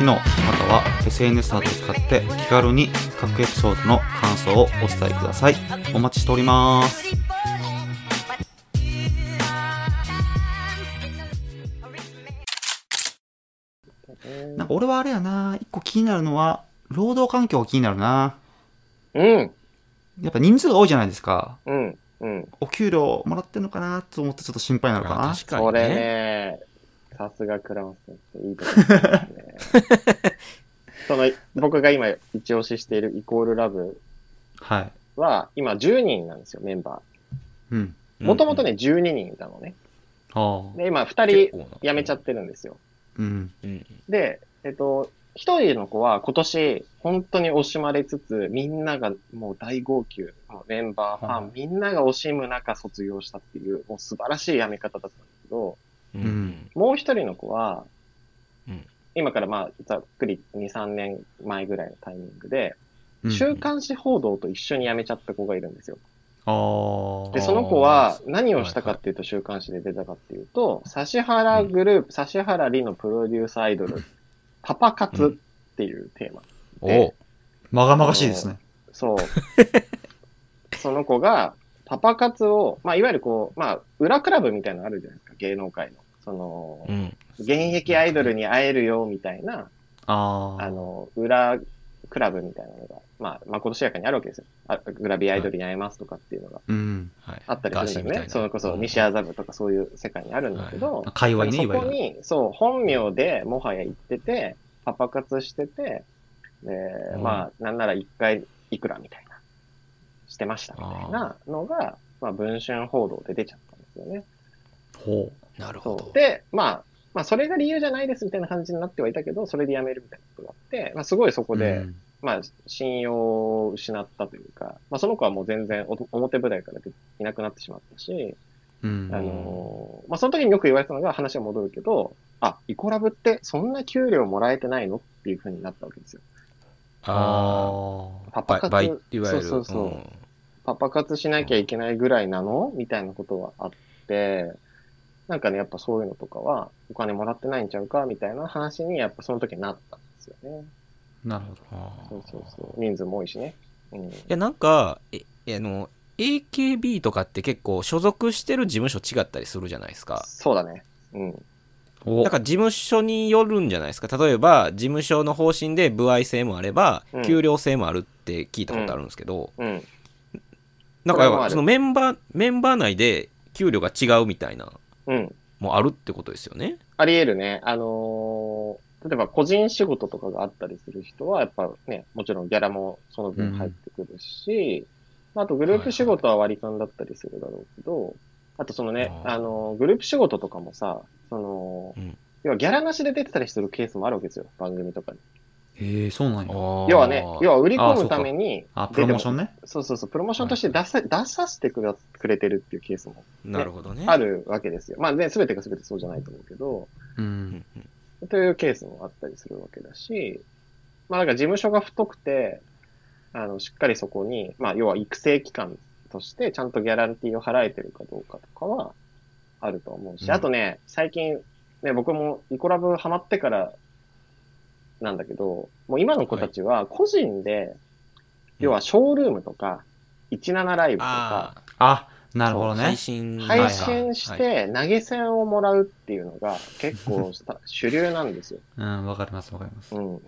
B: 能または SNS などを使って気軽に各エピソードの感想をお伝えください。お待ちしております。なんか俺はあれやな、一個気になるのは、労働環境が気になるな。
D: うん、
B: やっぱ人数が多いじゃないですか。
D: うん、うん。
B: お給料もらってんのかなと思ってちょっと心配なのか
C: あ
B: な。
C: 確か
D: こ
C: に
D: れ
C: ね。
D: ね、さすが倉本先生、いいとこですね。その、僕が今一押ししているイコールラブ
B: はい。
D: は、今10人なんですよ、メンバ
B: うん。
D: ー。もともとね、12人いたのね。
B: ああ。
D: で、今
C: うん、
D: 2人
C: 人
D: 辞めちゃ
C: た。
D: ってるんですよ。
B: うん。
C: うん
D: で、えっと、一人の子は今年、本当に惜しまれつつ、みんながもう大号泣、もうメンバー、ファ
B: はい
D: ン、みんなが惜しむ中卒業したっていう、もう素晴らしい辞め方だったんですけど、
C: うんん。
D: もう一人の子は、
C: うん
D: 今からまあ、ざっくり2、3年前ぐらいのタイミングで、
B: うん
D: 週刊誌報道と一緒に辞めちゃった子がいるんですよ。
B: ああ。
D: で、
C: あー
D: その子は何をしたかっていうと、週刊誌で出たかっていうと、指原グループ、指原里のプロデュースアイドル、パパ活っていうテーマ。
C: おう
B: まがまがしいですね。
D: そう。その子が、パパ活を、まあ、いわゆるこう、まあ、裏クラブみたいなのあるじゃないですか、芸能界の。その
C: う、ん。
D: 現役アイドルに会えるよ、みたいな、
B: ああ。
D: あの、裏クラブみたいなのが、まあ、まことしやかにあるわけですよ。あグラビアアイドルに会えますとかっていうのが
B: うん。
C: はい
D: あったりするんだよね。それこそ、西
C: ガーシーみたいな
D: 麻布とかそういう世界にあるんだけど、
B: 界隈ね、い
D: そ
B: わゆ
D: こ
B: る。
D: に、そう、本名でもはや行ってて、パパ活してて、で、
C: うん
D: まあ、なんなら一回いくらみたいな、してましたみたいなのが、まあ、文春報道で出ちゃったんですよね。
B: ほう。
C: うんなるほ
D: そ
C: ど
D: う。。で、まあ、まあ、それが理由じゃないですみたいな感じになってはいたけど、それで辞めるみたいなことがあって、まあ、すごいそこで、
B: うん
D: まあ、信用を失ったというか、まあ、その子はもう全然お表舞台から出ていなくなってしまったし、
B: うん。
D: あのーまあ、その時によく言われたのが話は戻るけど、あ、イコラブってそんな給料もらえてないのっていうふうになったわけですよ。
C: あ
D: パパ
C: あ。バイ
D: 活、、
C: いわゆる。
D: そうそうそう
C: うん
D: パパ活しなきゃいけないぐらいなのみたいなことはあって、なんかね、やっぱそういうのとかは、お金もらってないんちゃうかみたいな話に、やっぱその時になったんですよね。
B: なるほど。
C: あー
D: そうそうそう。人数も多いしね。うん。
C: いや、なんか、え、あの、AKB とかって結構所属してる事務所違ったりするじゃないですか。
D: そうだね。うん。
B: お
C: だから事務所によるんじゃないですか。例えば、事務所の方針で部合制もあれば
D: うん、
C: 給料制もあるって聞いたことあるんですけど、
D: うん。
C: なんかやっ
D: これもあ
C: ぱ
D: る
C: そのメンバー、メンバー内で給料が違うみたいな、
D: うん。
C: もあるってことですよね。
D: あり得るね。あのー例えば個人仕事とかがあったりする人は、やっぱね、もちろんギャラもその分入ってくるし、まああとグループ仕事は割り勘だったりするだろうけど、あとそのね、
C: あー
D: あのーグループ仕事とかもさ、その、
C: うん
D: 要はギャラなしで出てたりするケースもあるわけですよ、番組とかに。
B: へえ、そうなんや。
D: 要はね、要
C: は、
D: は売り
B: あー
D: 込
B: そう
D: む
B: か
D: ために
B: あ、プ
D: 出
B: ロ
D: て
B: モ
D: も
B: ーションね。
D: そうそうそう、プロモーションとして出さ,、出させてくだくれてるっていうケースも
C: なるほどね。
D: あるわけですよ。まあね、全てが全てそうじゃないと思うけど、
B: う。
C: うんんうん
D: というケースもあったりするわけだし、まあなんか事務所が太くて、あの、しっかりそこに、まあ要は育成機関としてちゃんとギャランティーを払えてるかどうかとかはあると思うし、
C: うん
D: あとね、最近、ね、僕もイコラブハマってからなんだけど、もう今の子たちは個人で、要はショールームとか、17ライブとか
C: あ、あ、
B: あ、なるほどね
C: 配。信
D: 配信し
C: はい
D: て投げ銭をもらうっていうのが結構した 主流なんですよ。
B: うん、わかります、わかります
D: う。んうん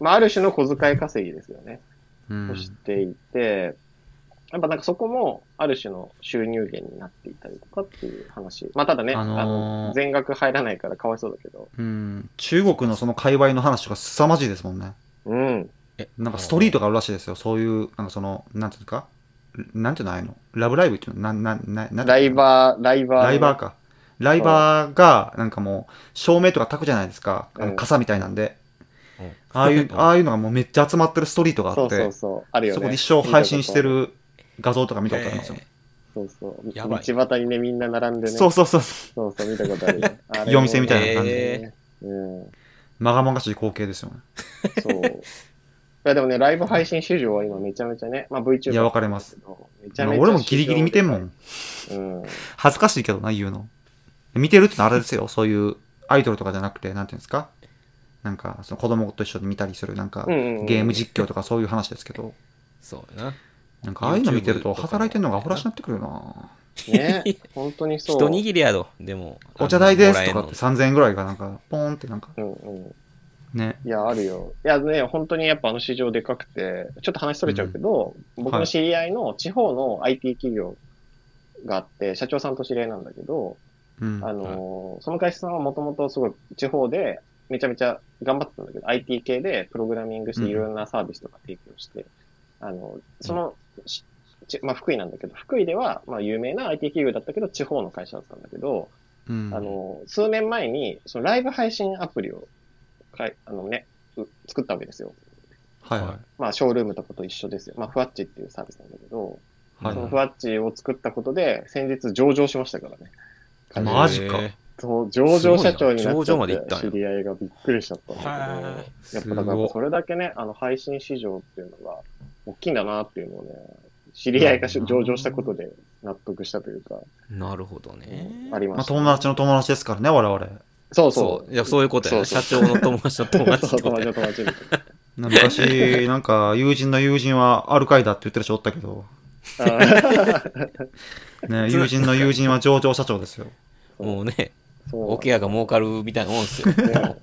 D: まあ、ある種の小遣い稼ぎですよね。
B: うん
D: を。していて、やっぱなんかそこもある種の収入源になっていたりとかっていう話。まあただね、
B: あのー
D: あの全額入らないからかわいそうだけど。
B: うん。中国のその界隈の話とか凄まじいですもんね。
D: うん。
C: え
B: なんかストリートがあるらしいですよ。そういう、なんかその、なんていうんですかなんていうのああいうのラブライブっていうのなん、なん、なん、なんて
D: ラ
B: い
D: イ
B: うの
D: バー、ライバー。
B: ライバーか。ライバーが、なんかもう、照明とか焚くじゃないですか。あ
D: う
B: の
D: ん
B: 傘みたいなんで。
C: うん
B: ああいう、ああいうのがもうめっちゃ集まってるストリートがあって、
D: そうそうそう。あるよね。
B: そこで一生配信してる画像とか見たことありますよね。
D: そうそう。
C: やばい
D: 道端にね、みんな並んでね。
B: そうそうそう。
D: そうそう、見たこと あるよ。あ
B: 夜店みた
C: いな感じ
D: えーうん。
B: まがまがしい光景ですよね。
D: そう。いやでもね、ライブ配信市場は今めちゃめちゃね、まあ VTuber。
B: いやわかります。
D: めちゃめちゃ。
B: 俺もギリギリ見てんも。ん。
D: うん。
B: 恥ずかしいけどな、言うの。見てるってのはあれですよ。そういうアイドルとかじゃなくて、なんていうんですかなんか、その子供と一緒に見たりする、なんか、
D: うんうんうん
B: ゲーム実況とかそういう話ですけど、
C: そうやな。
B: なんかああいうの見てると
C: YouTube とか
B: 働いてんのがアホらしになってくるな
D: ね、本当にそう。
C: 一握りやろ。でも。
B: お茶代ですとか
C: あ
B: っ
C: の
B: て3000円ぐらいがなんか、ポーンってなんか、
D: うんうん。
B: ね。
D: いや、あるよ。いやね、本当にやっぱあの市場でかくて、ちょっと話それちゃうけど、僕の知り合いの地方の IT 企業があって、社長さんと知り合いなんだけど、
B: うん。
D: あのーその会社さんはもともとすごい地方でめちゃめちゃ頑張ってたんだけど、IT 系でプログラミングしていろんなサービスとか提供して、あの、その、しちまあ、福井なんだけど、福井では、まあ、有名な IT 企業だったけど、地方の会社だったんだけど、
B: うん
D: あの、数年前に、そのライブ配信アプリを、かいあのね、う作ったわけですよ。
B: はい
C: は
B: はいい。
D: まあ、ショールームとかと一緒ですよ。まあ、ふわっちっていうサービスなんだけど、
B: はい
D: そのふわっちを作ったことで、先日上場しましたからね。
B: あのマジか
C: へー
D: そう、上場社長にな
C: すごいな
D: っち
C: 上場
D: ゃ
C: ま
D: っ
C: で行ったんや
D: て、知り合いがびっくりしちゃったんだけど、
C: は
D: やっ
B: す
D: ぱだからそ
B: ご
D: れだけね、あの配信市場っていうのが大きいんだなっていうのをね、知り合いがし
B: うん
D: 上場したことで納得したというか、
C: なるほどね。
D: あり
B: ま
D: ま
B: あ、
D: した。
B: 友達の友達ですからね、我々。
D: そうそ。
C: そうう。いや、そういうことやね。
D: そ
C: 社
D: うそ
C: 長の友達の友達
D: そ
C: っ
D: う
C: てこ
D: 友
C: とや
D: 達の友達みたい
B: な 昔、なんか、友人の友人はアルカイダって言ってる人おったけど、
D: な。あー
B: ね、友人の友人は上場社長ですよ。
C: もうね、
D: そう
C: オケアが儲かるみたいなもんですよ。
D: ね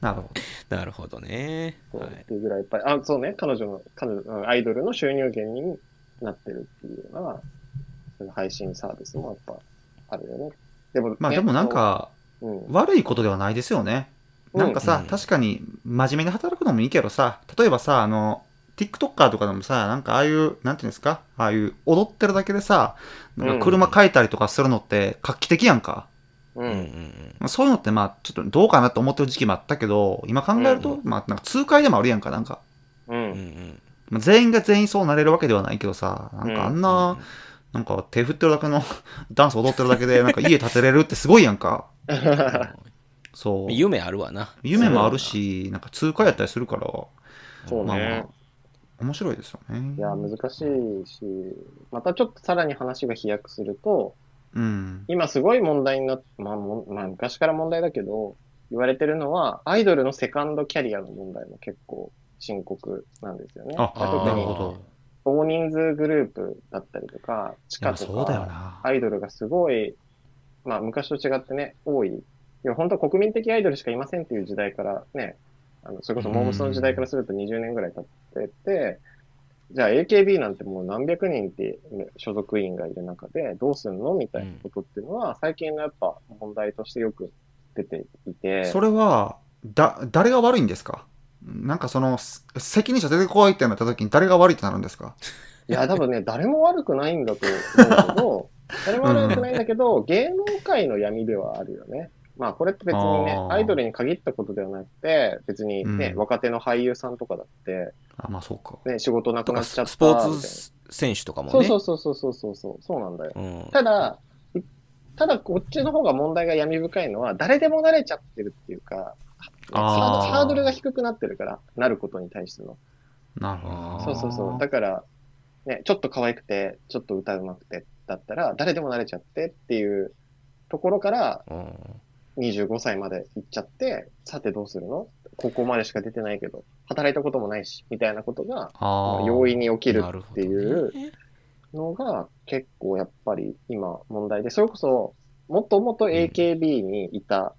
B: なるほど。
C: なるほどね。
D: そう
C: は
D: っ
C: い。
D: ていうぐらいいっぱい。あ、そうね、彼女の、彼女の、アイドルの収入源になってるっていうのは、その配信サービスもやっぱあるよね。でも、
B: まあ
D: ね
B: でもなん、か、
D: そううん、
B: 悪いことではないですよね。なんかさ、
C: うん
B: 確かに真面目に働くのもいいけどさ、例えばさ、あの、TikToker とかでもさ、なんかああいう、なんていうんですか、ああいう踊ってるだけでさ、なんか車変えたりとかするのって画期的やんか。
D: う
C: うんうん
D: ん。
B: まあそういうのってまあ、ちょっとどうかなと思ってる時期もあったけど、今考えると、
C: う
B: まあなんか痛快でもあるやんか、なんか。
D: う
C: うん。うん
D: ん。
C: うん。
B: まあ全員が全員そうなれるわけではないけどさ、なんかあんな、
C: うん
B: なんか手振ってるだけの ダンス踊ってるだけで、なんか家建てれるってすごいやんか。そう。
C: 夢あるわな。
B: 夢もあるし、なんか通過やったりするから、
D: そうね。
B: まあまあ、面白いですよね。
D: いや、難しいし、またちょっとさらに話が飛躍すると、
B: うん。
D: 今すごい問題になって、まあ、もんまあ、昔から問題だけど、言われてるのは、アイドルのセカンドキャリアの問題も結構深刻なんですよね。
B: あ
C: あー
D: 特
B: なるほ
D: に
B: ど。
D: 大人数グループだったりとか、地
B: やっぱ
D: 下と
B: そうだよ
D: か、
B: な。
D: アイドルがすごい、まあ、昔と違ってね、多い。いや、本当国民的アイドルしかいませんっていう時代からね、あの、それこそモームスの時代からすると20年ぐらい経ってて、じゃあ AKB なんてもう何百人ってね所属員がいる中でどうすんのみたいなことっていうのは最近のやっぱ問題としてよく出ていて。
B: それは、だ、誰が悪いんですかなんかその、せ責任者出てこいってなった時に誰が悪いってなるんですか
D: いや、多分ね、誰も悪くないんだ と思うけど、誰も悪くないんだけど、芸能界の闇ではあるよね。まあ、これって別にね
B: あ、ー
D: アイドルに限ったことではなくて、別にね、
B: うん
D: 若手の俳優さんとかだって、
B: あ、まあそうか。
D: ね、仕事なく
C: と
D: な
C: か
D: っちゃった
C: ススポー
D: みたい
C: ツ選手とかも
D: な
C: ね。
D: そうそうそうそうそうそうそう、そうなんだよ。
C: うん
D: ただ、いただこっちの方が問題が闇深いのは、誰でも慣れちゃってるっていうか、ハー
B: あ
D: ド
B: ー
D: ハードルが低くなってるから、なることに対しての。
B: なるほど。
D: そうそうそう。だから、ね、ちょっと可愛くて、ちょっと歌うまくて、だったら、誰でも慣れちゃってっていうところから、
C: うん
D: 25歳まで行っちゃって、さてどうするの高校までしか出てないけど、働いたこともないし、みたいなことが、
B: ああ。
D: 容易に起きる
C: なる
D: っ
C: ほ
D: て
C: どね
D: いうのが、結構やっぱり今問題で、それこそ、もともと AKB にいた、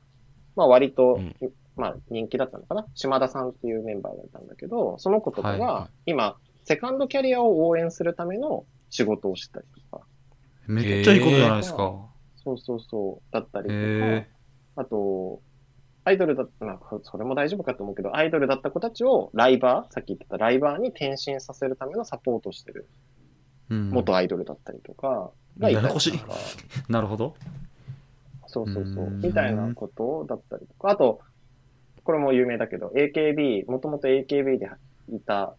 D: まあ割と、
C: うん
D: まあ人気だったのかな島田さんっていうメンバーがいたんだけど、その子とか
B: はいは
D: が今、セカンドキャリアを応援するための仕事をしてたりとか、
B: めっちゃいいことじゃないですか。
D: そうそうそう、だったりとか、
B: へえ。
D: あと、アイドルだった、まあ、そそれも大丈夫かと思うけど、アイドルだった子たちをライバー、さっき言ってたライバーに転身させるためのサポートしてる
B: うん。
D: 元アイドルだったりとか、がいたり
B: ややことしい
D: か、
B: なるほど。
D: そうそうそうう、
B: ん
D: みたいなことだったりとか、あと、これも有名だけど、AKB、もともと AKB でいた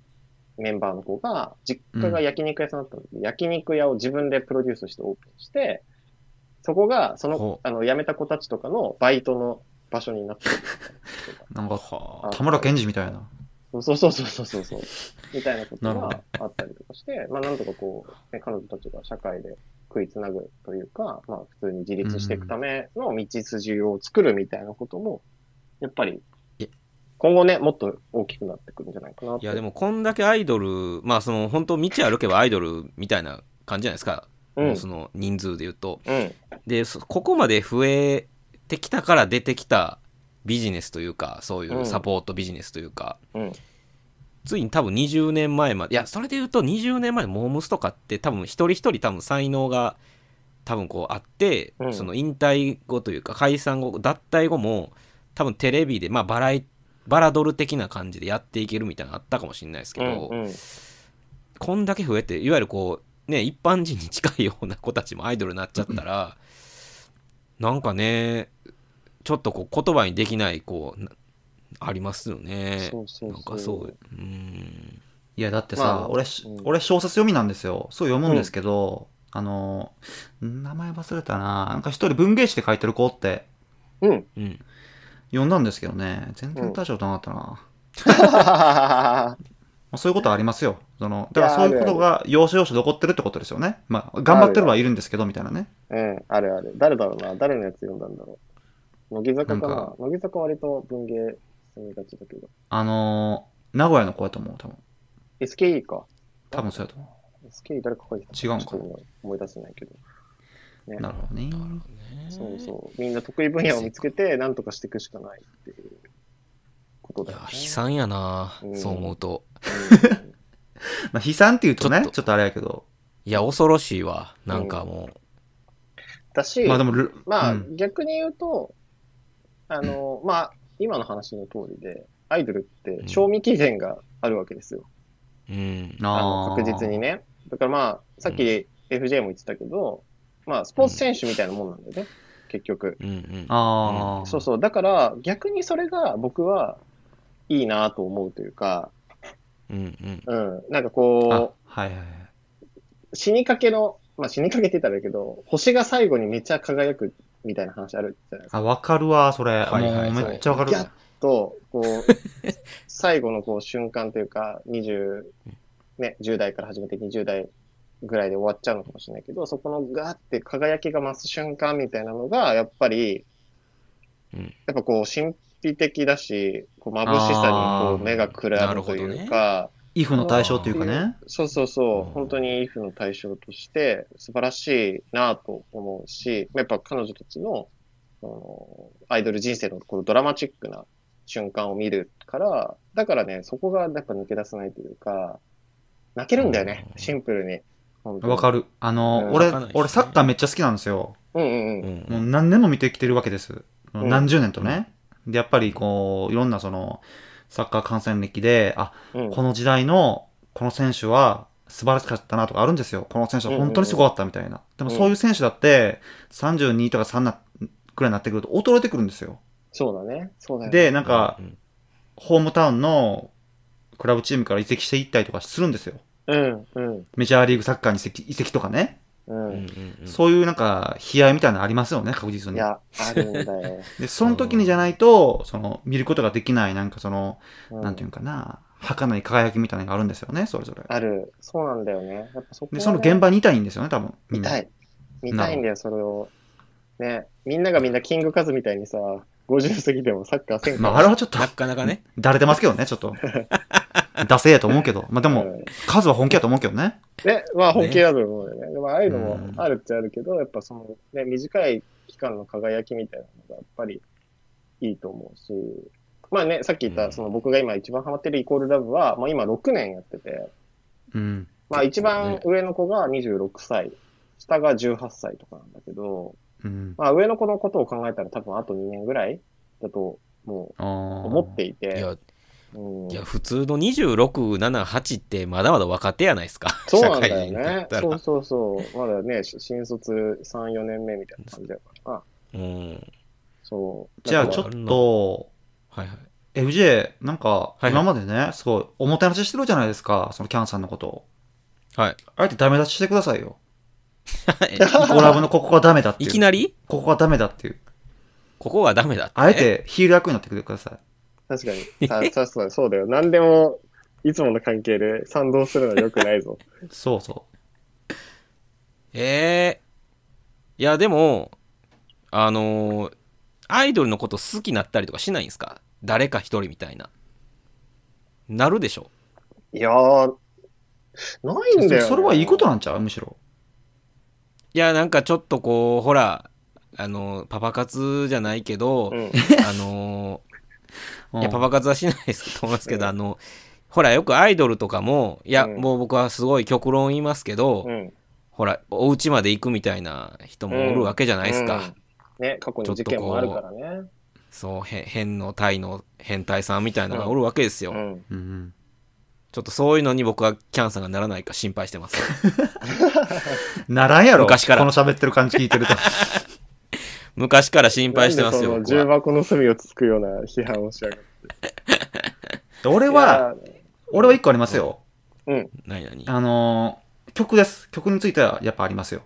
D: メンバーの子が、実家が焼肉屋さんだったんですけど、焼肉屋を自分でプロデュースしてオープンして、そこが、その
B: ほ、
D: あの、辞めた子たちとかのバイトの場所になってる。
B: なんか、
C: はあ
B: 田村健二みたいな。
D: そうそうそうそうそうそう。みたいなこと
B: なるほ
D: があったりとかして、まあなんとかこう、ね、彼女たちが社会で食いつなぐというか、まあ普通に自立していくための道筋を作るみたいなことも、やっぱり
C: いや、
D: 今後ね、もっと大きくなってくるんじゃないかなって。
C: いやでもこんだけアイドルまあその本当道歩けばアイドルみたいな感じじゃないですか、
D: うん、う
C: も
D: ん
C: う、その人数で言うと
D: うん、
C: でそここまで増えてきたから出てきたビジネスというかそういうサポートビジネスというか、
D: うん。
C: ついに多分20年前までいやそれで言うと20年前モームスとかって多分一人一人多分才能が多分こうあって、
D: うん
C: その引退後というか解散後脱退後も多分テレビでまあバラエバラドル的な感じでやっていけるみたいなのあったかもしれないですけ
D: う
C: ど、
D: ん、うん。
C: こんだけ増えていわゆるこうね一般人に近いような子たちもアイドルになっちゃった らなんかねちょっとこう言葉にできないこうなありますよね
D: そうそうそう。
C: なんかそううん
B: いや、だってさ、
D: まあ
B: 俺し
D: うん、
B: 俺小説読みなんですよ。そう読むんですけど、あの、名前忘れたな。なんか一人文芸誌で書いてる子って
D: うん。
C: うん。
B: 読んだんですけどね、全然大したことなかったな。まあそういうことはありますよ。その、だからそういうことが要所要所で起こってるってことですよね。まあ、頑張ってるはいるんですけど、みたいなね。
D: うん、あるある。誰だろうな誰のやつ読んだんだろう。乃木坂か
B: なん
D: な
B: か
D: 乃木坂割と文芸進みがちだけど。
B: あの、名古屋の子やと思う、多分。
D: SKE か。
B: 多分そうやと思
D: SKE 誰か書いてた
B: 違うんか
D: ちょっと今思い出せないけど。ね
B: う。なるほどね。
D: そうそう。みんな得意分野を見つけて、何とかしていくしかないっていうこと
C: い
D: だ
C: や
D: よ、ね。
C: 悲惨やな、
D: うん
C: そう思うと。
D: うん
B: まあ、悲惨って言うとね、
C: ち
B: ち
C: ょ
B: ょ
C: っと
B: っとあれやけど。
C: いや、恐ろしいわ。なんかも
D: だし、
B: まあ
D: まあ
B: でも、ルうん
D: 逆に言うと、あの、まあ、今の話の通りで、アイドルって賞味期限があるわけですよ。
C: う、うん。
D: あの確実に。ね。だからまあ、さっき FJ も言ってたけど、まあ、スポーツ選手みたいなもんなんだよね、結局。
C: うんうん。
B: あーあー。
D: そうそう。だから、逆にそれが僕はいいなと思うというか、
C: うんうん。
D: うん。なんか
B: あ
D: こ
B: はいはいはい。
D: う、死にかけの、まあ死にかけって言ったらいいけど、星が最後にめっちゃ輝くみたいな話あるじゃないですか。
B: あ、わかるわ、それ。
C: はいはい
B: もうめっちゃわかる。
D: やっと、 こう、最後のこう瞬間というか、20、ね、10代から始めて20代ぐらいで終わっちゃうのかもしれないけど、そこのガーって輝きが増す瞬間みたいなのが、やっぱり、
C: うん
D: やっぱこう、神秘的だし、こう眩しさにこ
B: あー
D: う目がくらむというか、
B: イフの対象というかね。
D: そうそうそう、
C: うん
D: 本当にイフの対象として素晴らしいなぁと思うし、やっぱ彼女たちのあのアイドル人生のこのドラマチックな瞬間を見るから、だからね、そこがやっぱ抜け出せないというか、泣けるんだよね
C: う、ん
D: シンプルに。本当に
B: わか。る。あの、
D: うん
B: 俺
C: わかんないですね、
B: 俺サッカーめっちゃ好きなんですよ。
D: うんうん
C: う
D: うん。
B: もうん何年も見てきてるわけです。
D: うん
B: 何十年とね。で、やっぱりこう、いろんなその、サッカー観戦歴で、あ、
D: うん、
B: この時代の、この選手は素晴らしかったなとかあるんですよ。この選手は本当にすごかったみたいな。でもそういう選手だって、32とか3な、くらいになってくると衰えてくるんですよ。
D: そうだね。そうだよね。
B: で、なんか、、ホームタウンのクラブチームから移籍していったりとかするんですよ。
D: うんうん
B: メジャーリーグサッカーに移籍移籍とかね、
D: うん。
B: そういうなんか、悲哀みたいなのありますよね、確実
D: い
B: に。
D: や、あるんだよ。
B: で、その時にじゃないと、その、見ることができない、なんかその、
D: うん
B: なんていうんかな、儚い輝きみたいなのがあるんですよね、それぞれ。
D: ある。そうなんだよね。やっぱそこはね
B: で、その現場にいたいんですよね、多分。み
D: 見
B: んな
D: た。い。見たいんだよ、それを。ね、みんながみんなキングカズみたいにさ、50過ぎてもサッカーせ ん
B: ま
D: から
B: あ、あれはちょっと、
C: なかなかね。
B: だれてますけどね、ちょ っと。ダセえと思うけど。まあでも、
D: うん
B: 数は本気だと思うけどね。
D: ね、まあ本気だと思うよね。でもああいうのも
C: うん
D: あるっちゃあるけど、やっぱその、ね、短い期間の輝きみたいなのがやっぱりいいと思うし、まあね、さっき言っ
C: うん
D: た、その僕が今一番ハマってるイコールラブは、まあ今6年やってて、
B: うん。
D: まあ一番上の子が26歳、下が18歳とかなんだけど、
B: うん。
D: まあ上の子のことを考えたら多分あと2年ぐらいだと、もう
B: あ思
D: 思ってい
C: い
D: て、
C: や、
D: うん
C: いや普通の26、7、8ってまだまだ若手やないですか。
D: そうなんだ
C: 社会人にな
D: よね
C: っ。た
D: そう
C: ら。
D: そうそう。まだね、し新卒3、4年目みたいな感じだから。
C: うん。
D: そう。
B: じゃあ
D: だ
B: ちょ
D: から
B: っと、
C: はいはい。
B: FJ、なんか、
C: いはい
B: 今までね、すごい、おもてなししてるじゃないですか、そのキャンさんのことを。
C: はい。
B: あえてダメ出ししてくださいよ。コラボのここがダメ だって
C: い
B: いう。
C: きなり
B: ここがダメだっていう。
C: ここはダメだって。
B: あえてヒール役になってください。
D: 確かに。さ、さすがにそうだよ。何でも、いつもの関係で賛同するのは良くないぞ。
B: そうそ
C: ええいや、でも、あのーアイドルのこと好きになったりとかしないんですか誰か一人みたいな。なるでしょ
D: いやー、ないん
B: う。
D: だよな。
B: それはいいことなんちゃうむしろ。
C: いや、なんかちょっとこう、ほら、あのーパパ活じゃないけど、
D: うん。
C: あの
B: う
C: ー
B: ん
C: いや、パパ活はしないですと思いますけど、あの、ほら、よくアイドルとかも、いや、
D: うん
C: もう僕はすごい極論言いますけど、
D: うん。
C: ほら、お家まで行くみたいな人もおるわけじゃないですか。
D: うん。ね、過去に事件もあるからね。
C: そう、へ変のタイの変態さんみたいなのがおるわけですよ。
D: うん。
B: うんうん。
C: ちょっとそういうのに僕はキャンさんがならないか心配してます。
B: ならんやろ。
C: 昔から
B: この喋ってる感じ聞いてると。
C: 昔から心配してますよ。
D: なん
C: 僕
D: でその重
C: は
D: 箱の隅をつつくような批判をしやがる。
B: 俺は、俺は一個ありますよ。
C: 何何あ
B: あのー、曲です。曲についてはやっぱありますよ。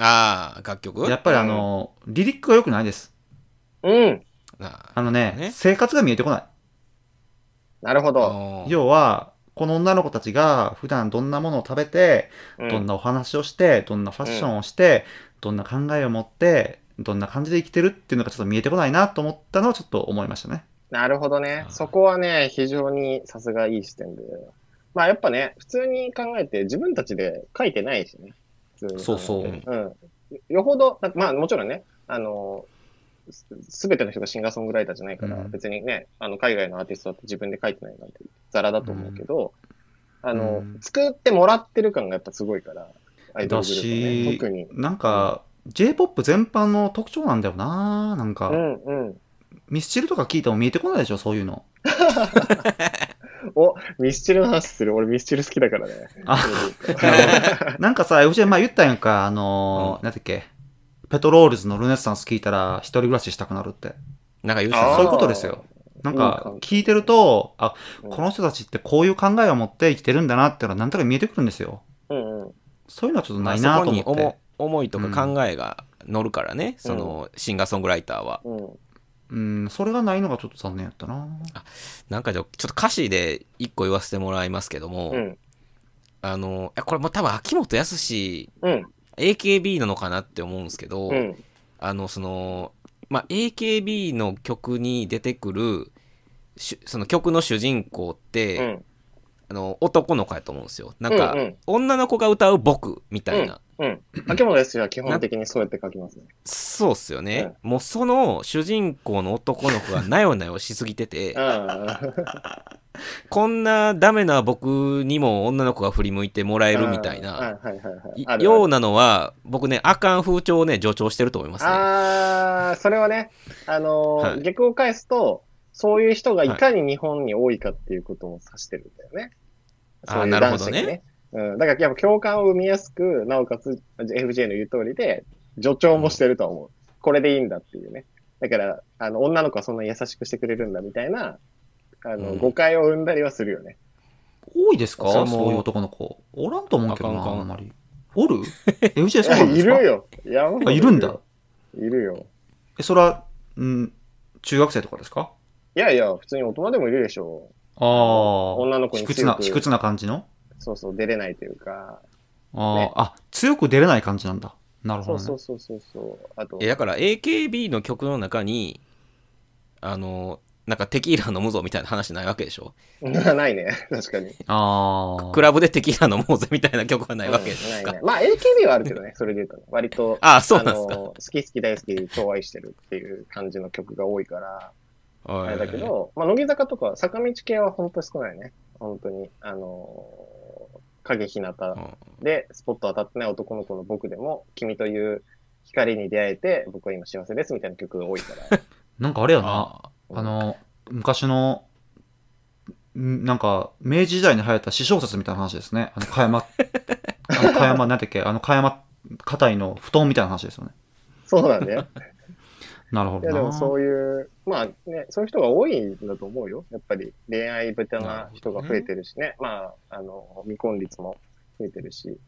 C: あー、楽曲
B: やっぱりあのー、リリックが良くないです。
D: いやー、うん。
C: あ
B: あのね
C: ね、
B: 生活が見えてこない。
D: なるほど。
C: ー
B: 要は、この女の子たちが普段どんなものを食べて、
D: うん
B: どんなお話をして、どんなファッションをして、どんな考えを持って、どんな感じで生きてるっていうのがちょっと見えてこないなと思ったのはちょっと思いましたね。
D: なるほどね。そこはね、非常にさすがいい視点で。まあやっぱね、普通に考えて自分たちで書いてないしね。普通に考えて
B: そう
C: そう
D: うん。よほど、だまあもちろんね、あの、すすべての人がシンガーソングライターじゃないから、
B: うん
D: 別にね、あの海外のアーティストだって自分で書いてないなんてザラだと思うけど、あの、
B: うん
D: 作ってもらってる感がやっぱすごいから、アイド
B: だ
D: ルグループはね、
B: し
D: 特に、。
B: なんか、J-POP 全般の特徴なんだよななんか、
D: うんうん。
B: ミスチルとか聞いても見えてこないでしょ、そういうの。
D: お、ミスチルの話する。俺ミスチル好きだからね。
B: あ
D: そういう
B: なんかさ、FJ 前言ったやんか、あのー
C: う
B: なんだっけ、ペトロールズのルネッサンス聞いたら一人暮らししたくなるって。
C: なんか言うてた
D: あー
B: そういう
C: な
B: ことですよ。なん
D: う
B: か
D: ん、
B: 聞いてると、あ、
D: うん
B: この人たちってこういう考えを持って生きてるんだなっていうのはなんとか見えてくるんですよ。
D: うんうん。
B: そういうのはちょっと
C: ま
B: な
C: あ
B: い
C: そ
B: なと
C: こ
B: 思
C: に
B: って。
C: 思思いとか考えが乗るからね、そのシンガーソングライターは。
D: うん。
B: うん、それがないのがちょっと残念やったな。
C: なんかじゃあちょっと歌詞で一個言わせてもらいますけども、
D: うん。
C: あの、いやこれもう多分秋元康、
D: うん。
C: AKB なのかなって思うんですけど、
D: うん。
C: あの、その、まあ、AKB の曲に出てくる、しその曲の主人公って、
D: うん。
C: あの、男の子やと思うんですよ。なん
D: う
C: か、
D: んうん
C: 女の子が歌う僕みたいな。
D: うん。秋元康は基本的にそうやって書きますね。
C: そうっすよね。もうその主人公の男の子がなよなよしすぎてて
D: う、ん。
C: こんなダメな僕にも女の子が振り向いてもらえるみたいな、
D: うんはいはいはい
C: い
D: はい。
C: ような
D: な。
C: のは、僕ね、あかん風潮をね、助長してると思いますね。
D: あー、それはね、あの
C: は
D: ー、
C: い
D: 逆を返すと、そういう人がいかに日本に多いかっていうことを指してるんだよね。
C: あー
D: そういう
C: なるほど
D: 男子
C: ね
D: にね。うん。だからやっぱ共感を生みやすく、なおかつ FJ の言う通りで、助長もしてるとは思う。これでいいんだっていうね。だから、あの、女の子はそんな優しくしてくれるんだみたいな、あの、
C: うん
D: 誤解を生んだりはするよね。
B: 多いですか
C: そ
B: そうう
C: もう
B: いう男の子。おらんと思うけどな、
C: あ
B: あ
C: かんあかん
B: んまり。おる ?FJ そうなんで
D: い
B: すか
D: るよ。山ほど
B: あ、いるんだ。。
D: いるよ。
B: え、それは、うん、中学生とかですか
D: いやいや、普通に大人でもいるでしょ
B: ああ。
D: 女の子に
B: 卑
D: 強く
B: 屈な、卑屈な感じの
D: う。そうそう、出れないというか。
B: あー、
D: ね
B: あ、強く出れない感じなんだ。なる
D: そ
B: ほ
D: う
B: ど、ね。
D: そうそうそうそう。あと
C: い、やだから AKB の曲の中にあのなんかテキーラ飲むぞみたいな話ないわけでしょ
D: ないね。確かに。
B: ああ。
C: クラブでテキーラ飲もうぜみたいな曲はないわけ
D: う
C: じ
D: ん
C: ゃないですか、
D: ね。まあ、AKB はあるけどね、そ れで言うとね。割と、
C: ああそうなんですか
D: あの好き好き大好き、超愛してるっていう感じの曲が多いから、あ
C: は
D: れ
C: い
D: だけど、まあ、乃木坂とか坂道系は本当少ないね。本当に。あのー影ひなた
C: うん
D: で、スポット当たってない男の子の僕でも、君という光に出会えて、僕は今幸せですみたいな曲が多 いから。
B: なんかあれやな。
C: あ
B: あの、昔の、んなんか、明治時代に流行った私小説みたいな話ですね。あの、加 山、あの、加山、なんだっけ、あの、加山、硬いの布団みたいな話ですよね。
D: そうなんだよ。
B: なるほ
D: い
B: ど
D: やでも
B: な。
D: そういう、まあね、そういう人が多いんだと思うよ。やっぱり恋愛ベタな人が増えてるしね。まあ、あの、未婚率も増えてるし。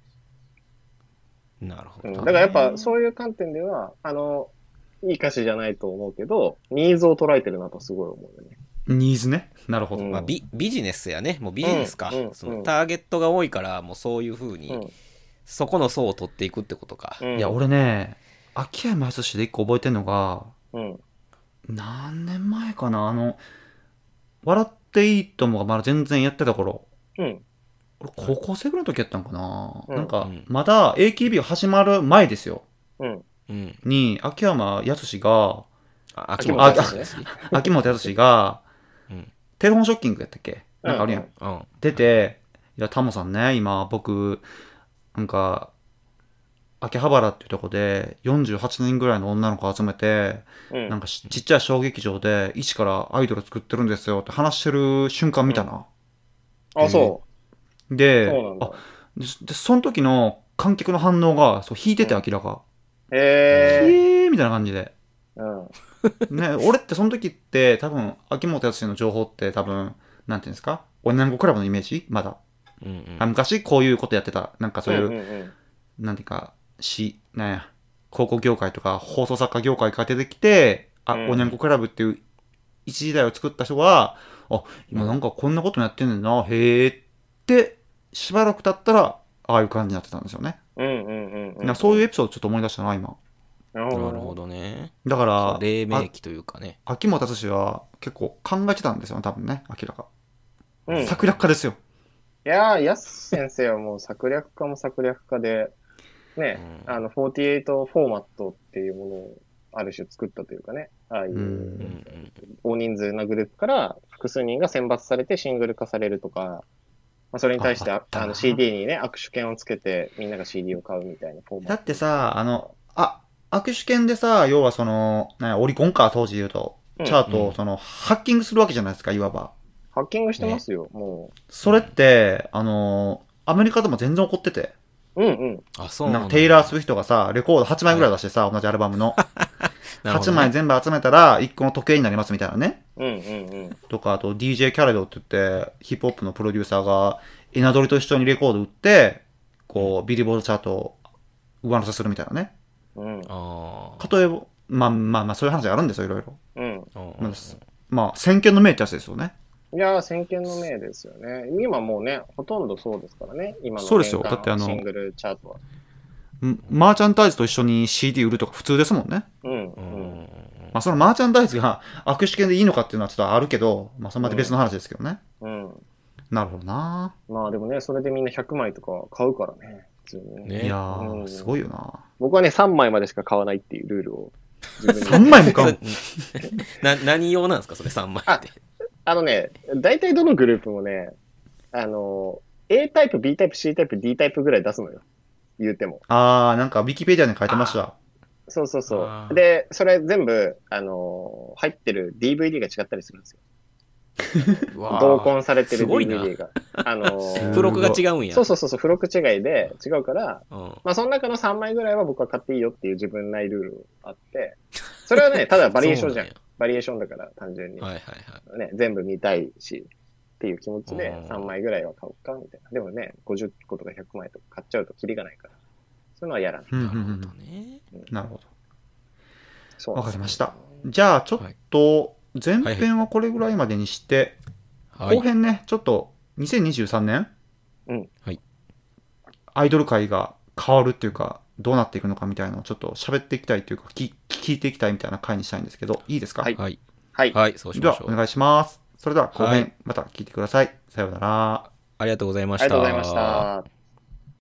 C: なるほ
D: う
C: ど。
D: ん、だからやっぱそういう観点では、あの、いい歌詞じゃないと思うけど、ニーズを捉えてるなとすごい思うよね。
B: ニーズね。なるほど。
D: うん
C: まあ、ビビジネスやね、もうビジネスか、
D: うんうん
C: そのターゲットが多いから、もうそういうふうに、
D: うん
C: そこの層を取っていくってことか。
D: うん。
B: いや、俺ね、秋山康で一個覚えてんのが、
D: うん。
B: 何年前かなあの、笑っていいともがまだ全然やってた頃。
D: うん。
B: 俺高校生ぐらいの時やったんかな、
D: うん
B: なん
C: う
B: か
C: ん、
B: まだ AKB が始まる前ですよ。
D: うん。
C: うん。
B: に、秋山康が、
C: あ、
D: 秋
C: 秋
D: 元
C: 元
B: 康
C: 康
D: ね
C: ね。
B: 秋元康 が、
C: うん。
B: テレフォンショッキングやったっけなんかあるやん。
D: うん
C: うん。
B: 出て、いや、タモさんね、今僕、なんか、秋葉原っていうとこで48人ぐらいの女の子集めて、
D: うん。
B: なんかしちっちゃい小劇場で一からアイドル作ってるんですよって話してる瞬間見たな。
D: あ、そ
B: で
D: う。そうなんだ
B: あ。ででその時の観客の反応がそう引いてて
D: うん
B: 明らか、
D: へえ。
B: えーみたいな感じで、
D: うん。
B: ね、俺ってその時って多分秋元康の情報って多分なんていうんですか女の子クラブのイメージまだ、
C: うんうん
B: あ昔こういうことやってたなんかそういう、
D: んん
B: なんていうか、し、なんや、広告業界とか放送作家業界から出てきて、あ、
D: うん
B: おにゃんこクラブっていう一時代を作った人が、あ、今なんかこんなこともやってんねんな、へえって、しばらく経ったら、ああいう感じになってたんですよね。
D: うんうんうんうん。
B: なんかそういう
D: う
B: エピソードちょっと思い出したな、今。
D: ん。な
C: なるほ。どね。
B: だから、
C: 黎明期というかね。
B: あ秋元達は結構考えてたんですよね、多分ね、明らか。
D: うん。い
B: 策略家ですよ。
D: やー、やす先生はもう策略家も策略家で、ね、
C: うん
D: あの、48フォーマットっていうものをある種作ったというかね、ああい
B: うん
C: うんう。
D: うん大人数なグループから複数人が選抜されてシングル化されるとか、まあ、それに対して
B: ああ
D: あ
B: ったな
D: あの CD にね、握手券をつけてみんなが CD を買うみたいなフォーマ
B: だ
D: ッ
B: ってさ、あの、あ、握手券でさ、要はその、なんやオリコンか、当時言うと、
D: うん
B: チャート
C: う
B: を
C: ん
B: その、ハッキングするわけじゃないですか、いわば。
D: ト。ハッキングしてますよ、も
B: それって、あの、アメリカでも全然起こってて、
D: う。うんうん。
C: あ、そう
B: なん
C: な
B: か
C: ん
B: テイラー・
C: ス
B: スウィフトがさ、レコード8枚ぐらい出してさ、同じアルバム の。8枚
C: 全
B: 全部集めたら、1個の時計になりますみたいなね。
D: うんうん
B: とか、あと DJ キャレドって言って、ヒップホップのプロデューサーが、エナドリと一緒にレコード売って、こう、ビリボードチャートを上乗せするみたいなね。
D: うん。うん。
C: ああ。
B: 例えば、まあまあまあ、そういう話があるんですよ、いろいろ。
D: うん。
C: うんうん
B: まあ、まあ、先見の明ってやつですよね。
D: いやー、先見の明ですよね。今もうね、ほとんどそうですからね。今の
B: そうですよ
D: 年間
B: だってあの
D: シングルチャートは。
B: んマーチャンダイズと一緒に CD 売るとか普通ですもんね。
D: うん
C: う
D: うん
C: うんうん
D: ん。
B: まあ、そのマーチャンダイズが 握手券でいいのかっていうのはちょっとあるけど、まあ、それまた別の話ですけどね。
D: うん。
B: なるほどな、
D: まあでもね、それでみんな100枚とか買うからね。普通にね。
C: ね
B: いやー、
D: うん
B: すごいよな。
D: 僕はね、3枚までしか買わないっていうルールを自 分に。
B: 3枚も買う。
C: な何用なんですかそれ3枚って。
D: あのね、大体どのグループもね、あの、A タイプ、B タイプ、C タイプ、D タイプぐらい出すのよ。言うても。
B: あー、なんかウィキペディアに書いてました。
D: そうそうそ
C: あ
D: う。
C: ー
D: で、それ全部、あの、入ってる DVD が違ったりするんですよ。
C: うわー
D: 同梱されてる
C: すごいな
D: DVD が。あの、
B: す
C: 付録が違うんや。
D: そうそうそうそう、付録違いで違うから、
C: うん
D: まあその中の3枚ぐらいは僕は買っていいよっていう自分内ルールがあって、それ はね、ただバリエーションじゃん。
C: そ
D: バリエーションだから、単純に
C: う。なんやはいはいはい。
D: ね、全部見たいし、っていう気持ちで
C: うん
D: 3枚ぐらいは買おうか、みたいな。でもね、50個とか100枚とか買っちゃうとキリがないから。そういうのはやらない。
B: うんう
C: な
B: う
C: んるほど
B: ん。
C: ね。
B: なるほ
D: そ
B: ど。
D: う
B: わ
D: なん
B: か
D: です
B: りました。じゃあ、ちょっと、前編はこれぐらいまでにして、
C: はい
B: 後。編ね、ちょっと、2023年、
D: うん
C: はい
B: アイドル界が変わるっていうか、どうなっていくのかみたいなのをちょっと喋っていきたいというか、き聞いていきたいみたいな回にしたいんですけど、いいですか
D: はい
C: はい。
D: はい。
C: はい、そうし
B: で
C: ま
B: は
C: しょ
B: お
C: う。
B: 願いします。それでは後
C: は
B: 編
C: い、
B: また聞いてください。さようなら。
C: ありがとうございま
D: あ
C: し
D: り
C: た。
D: がとうございました。